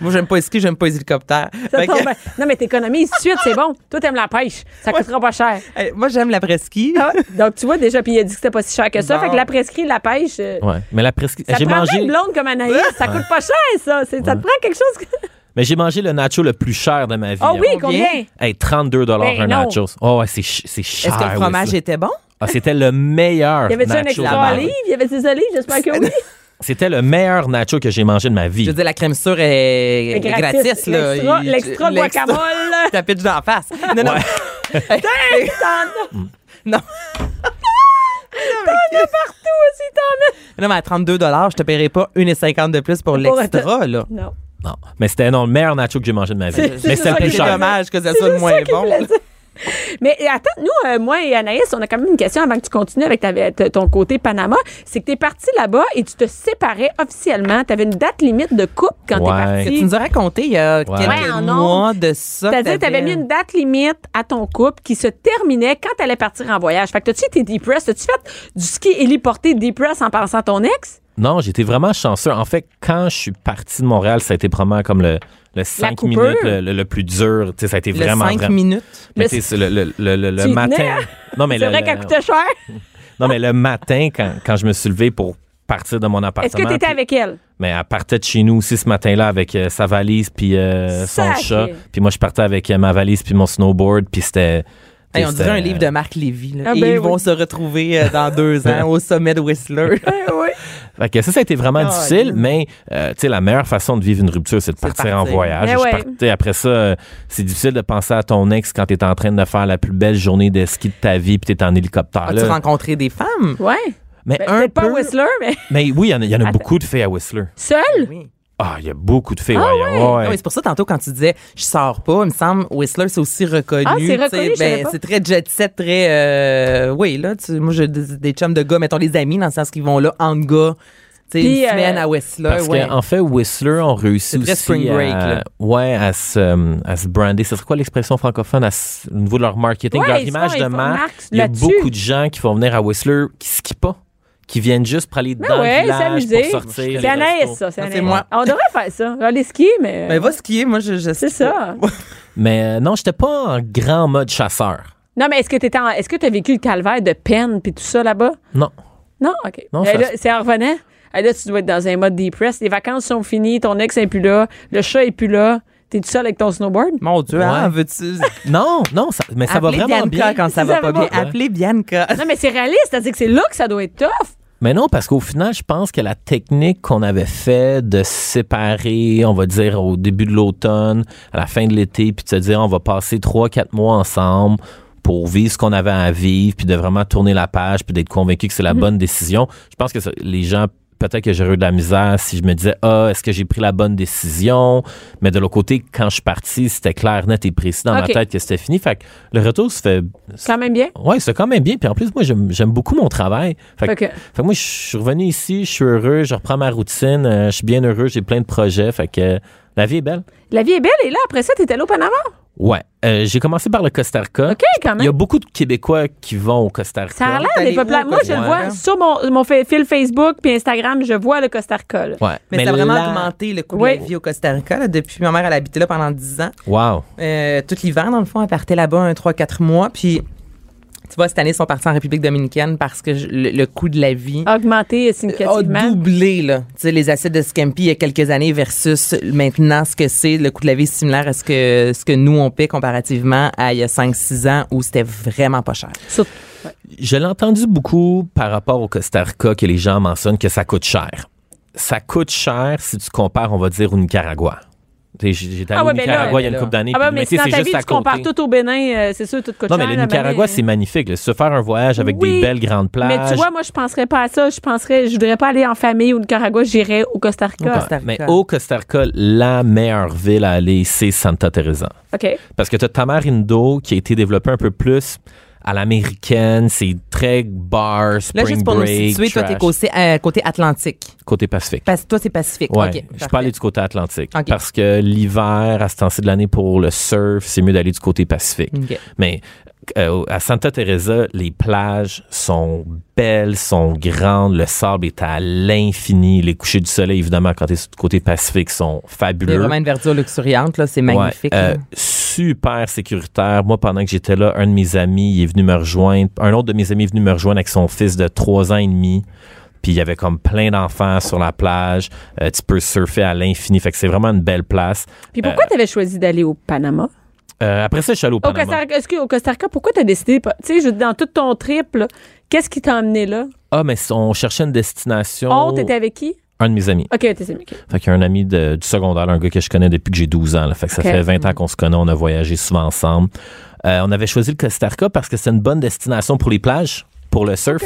S5: Moi, j'aime pas les skis, j'aime pas les hélicoptères.
S3: Ça
S5: Fait Ben, que-
S3: tombe bien. Non, mais t'économises tout de suite, c'est bon. Toi, t'aimes la pêche. Ça coûtera pas cher.
S5: Hey, euh, moi, j'aime la presqu'île.
S3: Donc, tu vois, déjà, puis il a dit que c'était pas si cher que ça.
S5: Ah Bon.
S3: Fait que la prescrit, la pêche. euh,
S4: Ouais. Mais la presque.
S3: Ça
S4: J'ai
S3: prend
S4: mangé.
S3: pas une blonde comme Anaïs. Ça coûte pas cher, ça. C'est- Ça te prend quelque chose. que-
S4: Mais j'ai mangé le nacho le plus cher de ma vie.
S3: Ah oui,
S5: Combien?
S3: combien?
S4: Hey, 32
S3: Ben
S4: un
S3: non.
S4: nachos. Oh, ouais, c'est ch- c'est cher.
S5: Est-ce que le fromage
S4: Whistler.
S5: était bon?
S4: Ah, c'était le meilleur
S3: Il y avait-tu un
S4: nacho de
S3: extra
S4: ma vie.
S3: olive? Il y avait des olives? J'espère que oui.
S4: C'était le meilleur nacho que j'ai mangé de ma vie.
S5: Je veux dire, la crème sûre est,
S3: C'est
S5: est gratis.
S3: L'extra-
S5: là. Il-
S3: L'extra guacamole.
S5: T'as pitch d'en face. Non, non. Hey,
S3: T'en
S5: non.
S3: as partout aussi, t'en as.
S5: Non, mais à 32 je te paierai pas 1,50 de plus pour
S3: Pour
S5: l'extra, là.
S3: Non.
S4: Non, mais c'était non, le meilleur nacho que j'ai mangé de ma vie.
S3: C'est- c'est
S4: Mais
S3: juste
S4: c'était
S3: ça
S4: le plus
S3: qui est
S5: C'est
S4: cher.
S5: dommage que ça
S3: C'est
S5: soit le
S3: juste
S5: moins
S3: ça qu'il
S5: bon.
S3: voulait dire. Mais euh, attends, nous, euh, moi et Anaïs, on a quand même une question avant que tu continues avec ta- t- ton côté Panama. C'est que tu es parti là-bas et tu te séparais officiellement. Tu avais une date limite de couple quand
S4: Ouais.
S5: Que
S3: tu
S5: tu
S3: es parti.
S5: nous as raconté il y a
S3: Ouais,
S5: quelques
S3: en
S5: mois de ça.
S3: C'est-à-dire que tu avais mis une date limite à ton couple qui se terminait quand tu allais partir en voyage. Fait que t'as-tu été depressed? T'as-tu fait du ski héliporté depressed en pensant à ton ex?
S4: Non, j'étais vraiment chanceux. En fait, quand je suis parti de Montréal, ça a été probablement comme le, le 5
S3: coupure.
S4: minutes le, le- le plus dur. Tu sais, ça a été
S5: Le
S4: vraiment.
S5: 5
S4: vraiment-
S5: minutes.
S4: Mais
S3: Le-
S4: tu sais, c'est le, le, le- le- le
S3: Tu y
S4: matin.
S3: tenais?
S4: Non, mais
S3: C'est
S4: le-
S3: vrai
S4: le-
S3: qu'elle coûtait cher.
S4: non, mais le matin, quand, quand je me suis levé pour partir de mon appartement.
S3: Est-ce que tu étais
S4: puis-
S3: avec elle?
S4: Mais elle partait de chez nous aussi ce matin-là avec euh, sa valise puis euh, son
S3: Sacré.
S4: chat. Puis moi, je partais avec euh, ma valise puis mon snowboard. Puis c'était.
S5: Hey, on
S4: c'était-
S5: dirait un livre de Marc Lévy. là.
S3: Ah
S5: Et
S3: ben
S5: ils vont
S3: oui.
S5: se retrouver euh, dans deux ans au sommet de Whistler.
S3: Ben oui.
S4: Fait que ça, ça a été vraiment
S5: Ah,
S4: difficile,
S5: oui.
S4: mais euh, tu sais, la meilleure façon de vivre une rupture, c'est de
S5: C'est de
S4: partir, en
S5: partir.
S4: voyage.
S3: Mais
S4: Je
S3: Ben ouais.
S4: partais- après ça, euh, c'est difficile de penser à ton ex quand t'es en train de faire la plus belle journée de ski de ta vie puis t'es en hélicoptère.
S5: As-tu
S4: là.
S5: rencontré des femmes?
S3: Ouais.
S4: Mais
S3: Ben,
S4: un
S3: Peut-être pas
S4: peu-
S3: à Whistler, mais
S4: Mais oui, il y en a, il y en a
S3: Attends.
S4: beaucoup de filles à Whistler.
S3: seul?
S5: Oui.
S4: Ah, il y a beaucoup de filles.
S3: Ah
S4: ouais,
S3: ouais?
S4: ouais.
S5: Ah oui, c'est pour ça, tantôt, quand tu disais je sors pas, il me semble, Whistler, c'est aussi reconnu.
S3: Ah, c'est reconnu, je
S5: tu sais, ben,
S3: savais pas.
S5: c'est très jet set, très. euh, oui, là, tu, moi, j'ai des, des chums de gars, mettons les amis, dans le sens qu'ils vont là, en gars, tu sais,
S3: Puis,
S5: une semaine
S3: euh,
S5: à Whistler.
S4: Parce
S5: ouais.
S4: qu'en fait, Whistler ont réussi
S5: C'est très
S4: aussi
S5: spring break,
S4: à,
S5: là.
S4: ouais, à, se, euh, à se brander. C'est quoi l'expression francophone à s- au niveau de leur marketing,
S3: Ouais,
S4: leur
S3: ils se
S4: image
S3: font- ils
S4: de
S3: font
S4: marque?
S3: marque
S4: Il y a
S3: là-dessus.
S4: beaucoup de gens qui vont venir à Whistler qui skient pas, qui viennent juste pour aller dans
S3: Ben ouais,
S4: le village
S3: s'amuser.
S4: pour sortir.
S3: C'est
S4: les
S3: Anaïs,
S4: restos.
S3: ça. C'est
S5: Ah, c'est
S3: Anaïs.
S5: moi.
S3: On devrait faire ça. Aller skier, mais.
S5: Ben, va skier, moi, je. je
S3: c'est
S5: skie pas.
S3: ça.
S4: Mais euh, non, j'étais pas en grand mode chasseur.
S3: Non, mais est-ce que t'étais en- est-ce que t'as vécu le calvaire de peine puis tout ça là-bas?
S4: Non.
S3: Non, OK.
S4: Non,
S3: Euh,
S4: ça-
S3: là, c'est en revenant. Hey, là, tu dois être dans un mode depress. Les vacances sont finies, ton ex n'est plus là, le chat est plus là. T'es tout seul avec ton snowboard?
S5: Mon Dieu,
S4: Ouais.
S5: hein, veux-tu.
S4: Non, non, ça- mais ça va
S5: Appelez
S4: vraiment
S5: Bianca
S4: bien.
S5: quand ça
S3: Ça
S5: va
S3: va
S5: pas bien.
S4: pas.
S5: Appelez Bianca.
S3: Non, mais c'est réaliste. C'est-à-dire que c'est là que ça doit être tough.
S4: Mais non, parce qu'au final, je pense que la technique qu'on avait fait de se séparer, on va dire au début de l'automne, à la fin de l'été, puis de se dire on va passer trois, quatre mois ensemble pour vivre ce qu'on avait à vivre, puis de vraiment tourner la page, puis d'être convaincu que c'est la bonne décision. Je pense que ça- les gens, peut-être que j'aurais eu de la misère si je me disais, ah, est-ce que j'ai pris la bonne décision? Mais de l'autre côté, quand je suis parti, c'était clair, net et précis dans
S3: Ok.
S4: ma tête que c'était fini. Fait que le retour se fait
S3: C'est quand même bien.
S4: Ouais, c'est quand même bien. Puis en plus, moi, j'aime j'aime beaucoup mon travail. Fait,
S3: Fait
S4: que,
S3: que-
S4: fait que moi, je suis revenu ici, je suis heureux, je reprends ma routine, euh, je suis bien heureux, j'ai plein de projets. Fait que euh, la vie est belle.
S3: La vie est belle et là, après ça, t'es allé au Panama.
S4: Ouais. Euh, j'ai commencé par le Costa Rica.
S3: OK, quand
S4: Il y a
S3: même.
S4: beaucoup de Québécois qui vont au Costa Rica.
S3: Ça a l'air
S5: T'es allé
S3: des peuples.
S5: où au
S3: Moi, je
S5: Costa
S3: le
S5: Rica?
S3: vois sur mon, mon fa- fil Facebook puis Instagram, je vois le Costa Rica. là.
S4: Ouais.
S5: Mais, ça a vraiment
S4: là-
S5: augmenté le coût
S3: Oui.
S5: de la vie au Costa Rica. là. Depuis, ma mère, elle habitait là pendant 10 ans.
S4: Wow.
S5: Euh, tout l'hiver, dans le fond, elle partait là-bas un 3-4 mois. Puis, tu vois, cette année, ils sont partis en République dominicaine parce que je- le, le coût de la vie
S3: Augmenté
S5: a
S3: significativement.
S5: doublé, là. Tu sais, les assiettes de Scampi il y a quelques années versus maintenant ce que c'est. Le coût de la vie est similaire à ce que, ce que nous, on paie comparativement à il y a 5-6 ans où c'était vraiment pas cher.
S3: Surtout-
S4: Je l'ai entendu beaucoup par rapport au Costa Rica que les gens mentionnent que ça coûte cher. Ça coûte cher si tu compares, on va dire, au Nicaragua. Tu sais, J'ai- J'étais allé
S3: Ah ouais,
S4: au
S3: ben là,
S4: Nicaragua il y a une
S5: là.
S4: couple d'années.
S3: Ah, ben,
S4: puis,
S3: mais
S4: tu sais,
S3: si dans
S4: c'est
S3: ta
S4: juste
S3: vie,
S4: à
S3: tu compares
S4: côté.
S3: tout au Bénin, euh, c'est sûr, tout coûte
S4: Non,
S3: cher,
S4: mais le
S3: là,
S4: Nicaragua,
S3: mais-
S4: c'est magnifique. là. Se faire un voyage avec
S3: Oui.
S4: des belles grandes plages.
S3: Mais tu vois, moi, je penserais pas à ça. Je penserais, je voudrais pas aller en famille au Nicaragua, j'irais au Costa Rica.
S5: Costa Rica.
S4: mais au Costa Rica, la meilleure ville à aller, c'est Santa Teresa.
S3: OK.
S4: Parce que tu as Tamarindo qui a été développé un peu plus à l'américaine. C'est très bar, spring
S5: Là, juste pour
S4: break,
S5: nous situer, toi,
S4: trash.
S5: t'es côté, euh, côté Atlantique.
S4: côté Pacifique.
S5: Parce que toi, c'est Pacifique.
S4: Ouais,
S5: Ok,
S4: je
S5: parfait.
S4: peux aller du côté Atlantique.
S5: Ok.
S4: Parce que l'hiver, à ce temps-ci de l'année, pour le surf, c'est mieux d'aller du côté Pacifique.
S5: Ok.
S4: Mais euh, à Santa Teresa, les plages sont belles, sont grandes, le sable est à l'infini, les couchers du soleil, évidemment, quand tu es du côté Pacifique, sont
S5: Il y a
S4: fabuleux.
S5: vraiment une verdure luxuriante, là. C'est
S4: Ouais,
S5: magnifique.
S4: euh,
S5: là.
S4: super sécuritaire. Moi, pendant que j'étais là, un de mes amis il est venu me rejoindre. Un autre de mes amis est venu me rejoindre avec son fils de trois ans et demi. Puis il y avait comme plein d'enfants sur la plage. Euh, tu peux surfer à l'infini. Fait que c'est vraiment une belle place.
S3: Puis pourquoi tu t'avais choisi d'aller au Panama?
S4: Euh, après ça, je suis allé au
S3: Euh. Au
S4: Panama.
S3: Costa Rica, excuse, au Costa Rica, pourquoi t'as décidé, pas- tu sais, je- dans tout ton trip, là, qu'est-ce qui t'a emmené là?
S4: Ah, mais on cherchait une destination.
S3: On, Oh, t'étais avec qui?
S4: Un de mes amis.
S3: OK, t'es avec qui?
S4: Fait qu'il y a un ami de- du secondaire, un gars que je connais depuis que j'ai 12 ans. là. Fait que ça
S3: Ok.
S4: fait
S5: Mm.
S4: 20 ans qu'on se connaît, on a voyagé souvent ensemble. Euh, on avait choisi le Costa Rica parce que c'est une bonne destination pour les plages, pour le surf.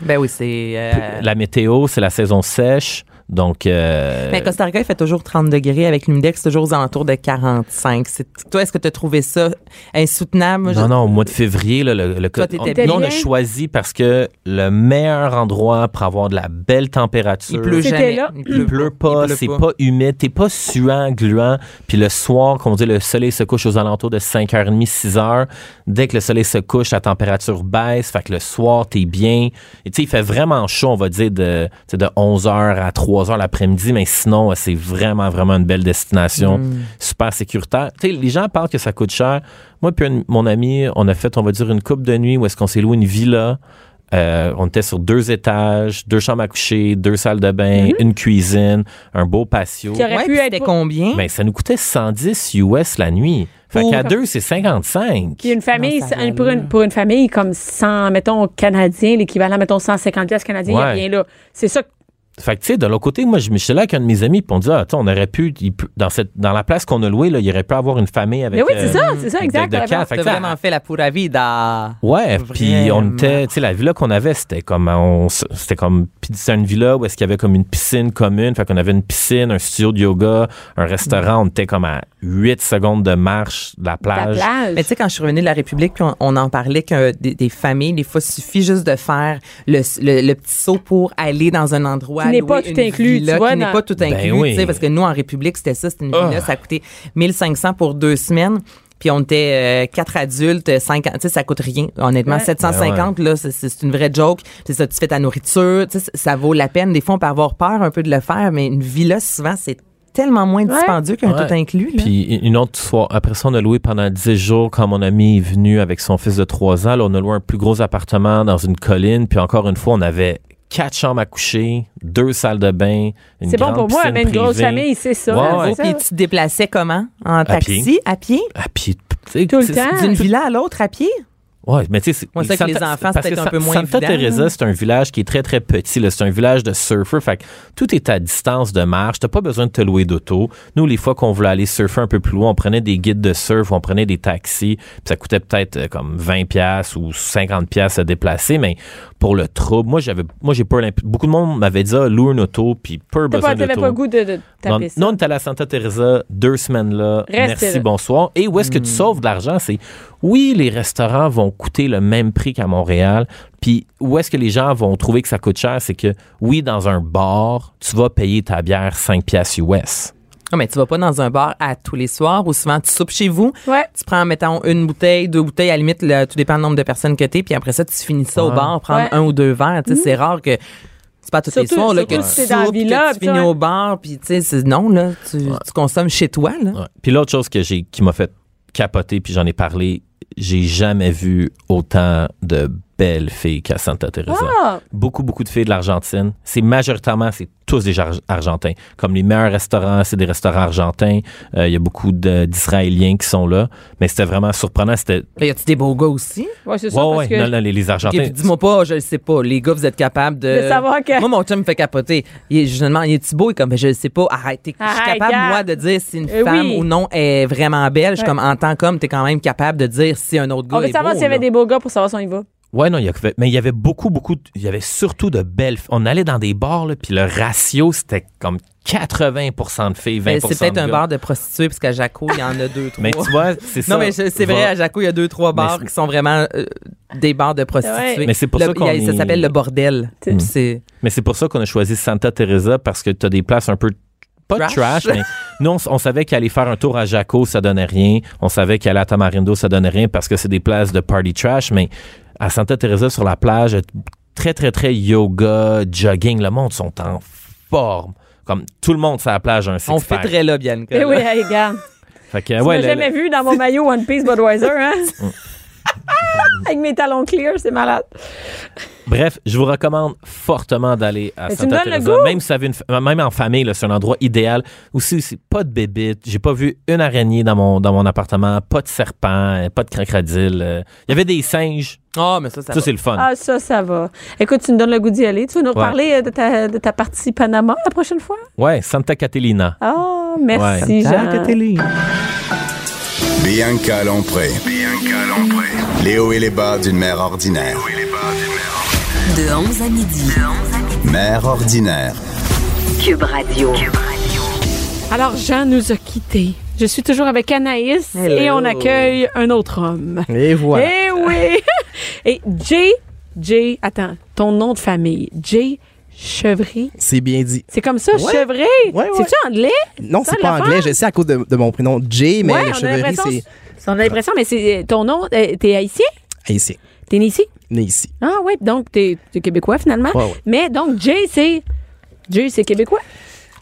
S5: Ben oui, c'est. euh,
S4: La météo, c'est la saison sèche. Donc, euh,
S5: Mais Ben, Costa Rica, il fait toujours 30 degrés avec l'humidex, toujours aux alentours de 45. C'est- Toi, est-ce que tu as trouvé ça insoutenable? Moi, je- Euh,
S4: non, non, au mois de février, là, le, le-
S5: Toi, t'étais
S4: on,
S5: bien.
S4: nous, on a
S3: Bien.
S4: choisi parce que le meilleur endroit pour avoir de la belle température.
S5: Il pleut
S3: C'était
S5: jamais.
S3: là.
S5: Il
S4: Il pleut pas,
S5: Il pleut
S4: c'est pas. humide, t'es pas suant, gluant. Puis le soir, comme on dit, le soleil se couche aux alentours de 5h30, 6h. Dès que le soleil se couche, la température baisse. Fait que le soir, t'es bien. Et tu sais, il fait vraiment chaud, on va dire, de, tu sais, de 11h à 3h l'après-midi. Mais sinon, euh, c'est vraiment, vraiment une belle destination. Super sécuritaire. Tu sais, les gens parlent que ça coûte cher. Moi, puis un- mon ami, on a fait, on va dire, une coupe de nuit où est-ce qu'on s'est loué une villa. Euh, on était sur deux étages, deux chambres à coucher, deux salles de bain,
S3: Mhm.
S4: une cuisine, un beau patio.
S3: Puis, aurait
S5: Ouais,
S3: pu
S5: puis
S3: être
S5: c'était
S3: pas-
S5: combien?
S4: Ben, ça nous coûtait 110 US la nuit. Fait
S5: Pour-
S4: qu'à deux, c'est 55.
S3: Puis une famille,
S5: Non, ça
S3: c'est-
S5: va
S3: pour, une,
S5: là.
S3: pour une famille comme 100, mettons, canadien, l'équivalent, mettons, 150 piastres canadiens, il y a
S4: Ouais.
S3: rien là. C'est ça. que-
S4: Fait que, tu sais, de l'autre côté, moi, je me suis là avec un de mes amis, puis on dit, ah, tu sais, on aurait pu, il peut- dans, cette, dans la place qu'on a louée, là, il aurait pu avoir une famille avec.
S3: Mais oui, c'est
S4: euh,
S3: ça, c'est ça,
S4: avec
S3: exact.
S4: de
S3: la-
S4: quatre. Fait
S5: T'as
S4: que, tu sais,
S5: vraiment fait la pura vida.
S4: Ouais, puis on
S5: Vraiment.
S4: était, tu sais, la villa qu'on avait, c'était comme, on, s- c'était comme, puis c'était une villa où est-ce qu'il y avait comme une piscine commune, fait qu'on avait une piscine, un studio de yoga, un restaurant, on était comme à 8 secondes de marche de la
S3: Mm. la
S4: plage.
S3: plage.
S5: Mais tu sais, quand je suis revenue de la République, puis on, on en parlait que des, des familles, des fois, suffit juste de faire le, le, le petit saut pour aller dans un endroit.
S3: Qui n'est
S5: louer
S3: pas tout
S5: une
S3: inclus,
S5: villa,
S3: tu vois,
S5: Qui n'est
S3: dans-
S5: pas tout
S4: Ben
S5: inclus,
S4: oui.
S5: tu sais, parce que nous, en République, c'était ça, c'était une
S4: Ah.
S5: villa, ça coûtait 1500 pour deux semaines. Puis on était euh, quatre adultes, 50, tu sais, ça coûte rien. Honnêtement,
S3: Ouais.
S5: 750,
S4: Ben
S5: là, c'est- c'est une vraie joke. C'est ça, tu fais ta nourriture, tu sais, ça vaut la peine. Des fois, on peut avoir peur un peu de le faire, mais une villa, souvent, c'est tellement moins dispendieux qu'un
S4: Ouais.
S5: tout inclus. là.
S4: Puis une autre soir, après ça, on a loué pendant 10 jours quand mon ami est venu avec son fils de 3 ans. Là, on a loué un plus gros appartement dans une colline. Puis encore une fois, on avait quatre chambres à coucher, deux salles de bain, une
S3: C'est bon
S4: grande
S3: pour moi,
S4: piscine
S3: mais une grosse
S4: privée.
S3: famille, c'est ça.
S4: Ouais,
S3: c'est
S4: ouais.
S3: ça.
S5: Puis tu te déplaçais comment? En taxi?
S4: pied.
S5: À pied?
S4: Ah, puis, tu sais,
S3: Tout le
S4: c'est-
S3: temps.
S5: D'une villa à l'autre à pied?
S4: Ouais, mais tu sais, c'est-
S5: On sait que
S4: Santa-
S5: les enfants, c'est
S4: parce
S5: peut-être
S4: que
S5: un
S4: San-
S5: peu moins
S4: Santa
S5: évident,
S4: Teresa,
S5: là.
S4: c'est un village qui est très, très petit. là. C'est un village de surfers. Fait que tout est à distance de marche. T'as pas besoin de te louer d'auto. Nous, les fois qu'on voulait aller surfer un peu plus loin, on prenait des guides de surf, on prenait des taxis. Puis ça coûtait peut-être euh, comme 20 pièces ou 50 pièces à déplacer. Mais pour le trouble, moi, j'avais, moi, j'ai peur. l'imp- Beaucoup de monde m'avait dit, ah, loue une auto, puis peur
S3: T'as
S4: besoin
S3: pas, t'avais
S4: d'auto.
S3: pas le goût de, de
S4: Non,
S3: taper ça.
S4: non, on est allé à Santa Teresa deux semaines là.
S3: Restez
S4: Merci,
S3: là.
S4: bonsoir. Et où est-ce que tu sauves de l'argent? C'est oui, les restaurants vont coûter le même prix qu'à Montréal. Puis où est-ce que les gens vont trouver que ça coûte cher? C'est que oui, dans un bar, tu vas payer ta bière 5 piastres US.
S5: Non, mais tu vas pas dans un bar à tous les soirs ou souvent tu soupes chez vous.
S3: Ouais.
S5: Tu prends, mettons, une bouteille, deux bouteilles, à la limite, le- tout dépend du nombre de personnes que t'es, puis après ça, tu finis ça au
S4: Ouais.
S5: bar, prendre
S3: Ouais.
S5: un ou deux verres. Tu sais, C'est rare que. C'est pas tous les
S3: Surtout-
S5: soirs là,
S3: surtout
S5: que tu
S3: si t'es dans la
S5: soupes,
S3: villa,
S5: que tu
S3: puis ça,
S5: finis
S3: ouais.
S5: au bar, puis tu sais, c'est- non, là, tu, tu consommes chez toi, là.
S4: Ouais. Puis l'autre chose que j'ai, qui m'a fait capoter, puis j'en ai parlé, j'ai jamais vu autant de belles filles qu'à Santa Teresa.
S3: Ah!
S4: beaucoup, beaucoup de filles de l'Argentine. C'est majoritairement, c'est tous des Ar- Argentins. Comme les meilleurs restaurants, c'est des restaurants argentins. Euh, Il y a beaucoup de- d'Israéliens qui sont là. Mais c'était vraiment surprenant. C'était.
S5: Là, y a-tu des beaux gars aussi?
S3: Ouais, c'est ça.
S4: Ouais, ouais,
S3: parce que
S4: non, non, les, les
S5: Et
S4: Argentins.
S5: puis dis-moi pas, je le sais pas. Les gars, vous êtes capables de.
S3: De savoir que-
S5: Moi, mon chum me fait capoter. Il est, je lui demande, il est-tu beau? Il est comme, ben, je le sais pas. Arrête. t'es- Je suis
S3: Arrête,
S5: capable,
S3: regarde.
S5: moi, de dire si une
S3: Euh,
S5: femme
S3: oui.
S5: ou non est vraiment belle. Je suis
S3: Ouais.
S5: comme, en tant qu'homme, t'es quand même capable de dire si un autre gars
S3: On veut
S5: est
S3: savoir
S5: beau,
S3: s'il y avait
S5: là.
S3: des beaux gars pour savoir si on y va.
S4: Ouais, non, il y avait- mais il y avait beaucoup, beaucoup. de- Il y avait surtout de belles. filles. On allait dans des bars, là, puis le ratio, c'était comme 80 de filles, 20
S5: Ben, C'est peut-être
S4: de
S5: un
S4: gars.
S5: bar de prostituées, parce qu'à Jaco, il y en a deux, trois.
S4: Mais tu vois, c'est ça.
S5: non, mais je- c'est
S4: Va-
S5: vrai, à Jaco, il y a deux, trois bars
S4: c'est-
S5: qui sont vraiment euh, des bars de prostituées.
S3: Ouais.
S4: Mais c'est pour
S5: Le-
S4: ça qu'on
S5: il y a- Ça
S4: est-
S5: s'appelle le bordel.
S3: Mm.
S5: C'est.
S4: Mais c'est pour ça qu'on a choisi Santa Teresa parce que tu as des places un peu pas
S5: Trash.
S4: trash, mais nous on, s- on savait qu'aller faire un tour à Jaco ça donnait rien, on savait qu'aller à Tamarindo ça donnait rien parce que c'est des places de party trash mais à Santa Teresa sur la plage très très très yoga, jogging, le monde sont en forme. Comme tout le monde sur la plage a un six
S5: On fait très là, Bianca.
S3: Eh
S5: là.
S3: oui, hey, regarde.
S4: Fait que,
S3: Tu
S4: Eh ouais,
S3: m'as
S4: le-
S3: jamais vu dans mon maillot One Piece Budweiser, hein? Avec mes talons clear, c'est malade.
S4: Bref, je vous recommande fortement d'aller à
S3: Mais tu me
S4: Santa
S3: donnes le
S4: Teresa.
S3: goût.
S4: Même si vous avez une fa- même en famille, là, c'est un endroit idéal. Aussi, c'est pas de bébites. J'ai pas vu une araignée dans mon, dans mon appartement. Pas de serpent, euh, pas de crocodile. euh. Il y avait des singes.
S5: Ah, mais ça, ça.
S4: Ça,
S5: va.
S4: c'est le fun.
S3: Ah, ça, ça va. Écoute, tu me donnes le goût d'y aller. Tu vas nous
S4: Ouais.
S3: reparler euh, de ta, de ta partie Panama la prochaine fois?
S4: Ouais, Santa Catalina.
S3: Ah, merci,
S4: Ouais.
S3: Jean.
S5: Jaco, t'es libre.
S2: Bianca Lompré. Les hauts et les bas d'une mère ordinaire.
S1: De 11 à midi.
S2: Mère ordinaire.
S1: Cube Radio.
S6: Alors, Jean nous a quittés. Je suis toujours avec Anaïs et
S5: Hello.
S6: on accueille un autre homme.
S5: Et voilà.
S6: Eh oui! et Jay, Jay, attends, ton nom de famille, Jay Chevry.
S7: C'est bien dit.
S6: C'est comme ça,
S7: Ouais.
S6: Chevry?
S7: Ouais, ouais.
S6: C'est-tu anglais?
S7: Non,
S6: Ça,
S7: c'est pas
S6: l'affaire?
S7: anglais. Je sais à cause de, de mon prénom Jay, mais
S6: ouais,
S7: le
S6: on a
S7: chevalier,
S6: l'impression.
S7: c'est
S6: On a l'impression, mais c'est ton nom, euh, t'es haïtien?
S7: haïtien.
S6: T'es né ici?
S7: Né ici.
S6: Ah oui, donc t'es t'es québécois finalement.
S7: Ouais, ouais.
S6: Mais donc Jay, c'est. Jay, c'est québécois.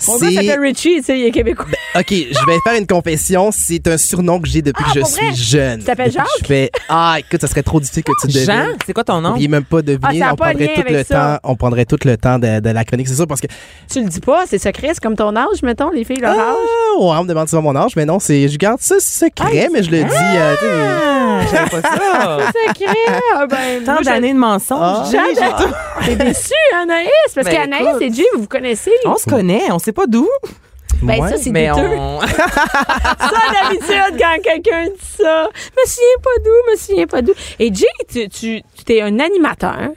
S6: Mon gars
S7: C'est- Ben-
S6: s'appelle Richie, tu sais, il est québécois.
S7: OK, je vais faire une confession. C'est un surnom que j'ai depuis
S6: Ah,
S7: que je
S6: pour
S7: suis
S6: vrai?
S7: jeune.
S6: Tu t'appelles
S7: Depuis que
S6: Jacques?
S7: Je fais... Ah, écoute, ça serait trop difficile que tu devines.
S5: Jean, c'est quoi ton nom?
S7: Il est même pas
S6: Ah,
S7: deviné.
S6: ça a
S7: on,
S6: pas de lien
S7: prendrait tout le
S6: avec ça.
S7: temps, on prendrait tout le temps de, de la chronique, c'est sûr, parce que...
S6: tu le dis pas, c'est secret, c'est comme ton âge, mettons, les filles, leur
S7: Ah,
S6: âge.
S7: ouais, on me demande souvent mon âge, mais non, c'est je garde ça secret,
S6: Ah,
S7: mais je le dis... euh, tu sais,
S5: Ah, je savais pas ça.
S6: Secret! ah, ben, moi,
S5: Tant
S6: je-
S5: d'années de mensonges.
S7: Ah.
S5: Jay, j'ai-
S6: T'es déçu, Anaïs! Parce
S5: Ben,
S6: qu'Anaïs
S5: écoute. Ah,
S6: et Jay, vous vous connaissez.
S5: On se connaît, on sait pas d'où.
S6: Ben,
S7: ouais.
S6: ça, c'est
S5: Mais
S6: douteux.
S5: on.
S6: Ça, d'habitude, quand quelqu'un dit ça, me souviens pas d'où, me souviens pas d'où. Et Jay, tu, tu, tu es un animateur.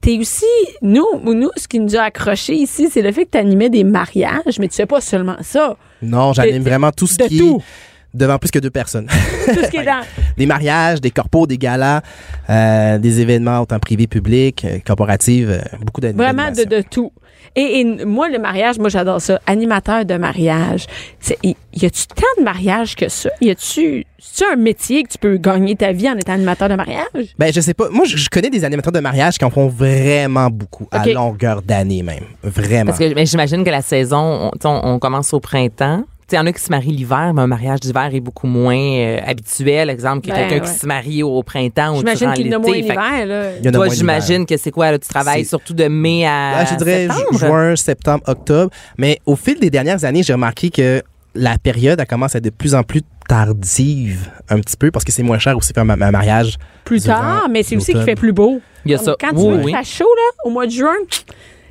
S6: T'es aussi, nous, nous, ce qui nous a accrochés ici, c'est le fait que t'animais des mariages, mais tu fais pas seulement ça.
S7: Non, j'anime
S6: de-
S7: vraiment tout ce
S6: de
S7: qui
S6: tout.
S7: est devant plus que deux personnes.
S6: Tout ce qui est dans.
S7: des mariages, des corpos, des galas, euh, des événements autant privés, publics, euh, corporatifs, euh, beaucoup d'animation.
S6: Vraiment de, de tout. Et, et moi, le mariage, moi, j'adore ça. Animateur de mariage. C'est- Y y a-tu tant de mariages que ça? Y a-tu c'est-tu un métier que tu peux gagner ta vie en étant animateur de mariage?
S7: Ben, je sais pas. Moi, je, je connais des animateurs de mariage qui en font vraiment beaucoup,
S6: Ok.
S7: à longueur d'année même. Vraiment.
S5: Parce que mais j'imagine que la saison, on, tu sais, on- on commence au printemps. Tu sais, il y en a qui se marient l'hiver, mais un mariage d'hiver est beaucoup moins euh, habituel, exemple, que
S3: Ben,
S5: quelqu'un qui
S3: ouais.
S5: se marie au printemps ou
S3: J'imagine
S5: durant
S3: qu'il y en a
S5: l'été.
S3: moins
S5: Fait que
S3: l'hiver, là.
S7: Il y en a
S5: Toi,
S7: moins
S5: j'imagine que c'est quoi, là, tu travailles
S7: C'est-
S5: surtout de mai à
S7: Ah, je dirais ju-
S5: septembre?
S7: juin, septembre, octobre. Mais au fil des dernières années, j'ai remarqué que la période, elle commence à être de plus en plus tardive, un petit peu, parce que c'est moins cher aussi faire un ma- un mariage.
S3: Plus
S7: durant
S3: tard, mais c'est aussi qu'il
S7: l'automne.
S3: fait plus beau.
S5: Il y a
S3: Donc,
S5: ça.
S3: Quand tu
S5: oui,
S3: veux
S5: oui.
S3: faire chaud, là, au mois de juin,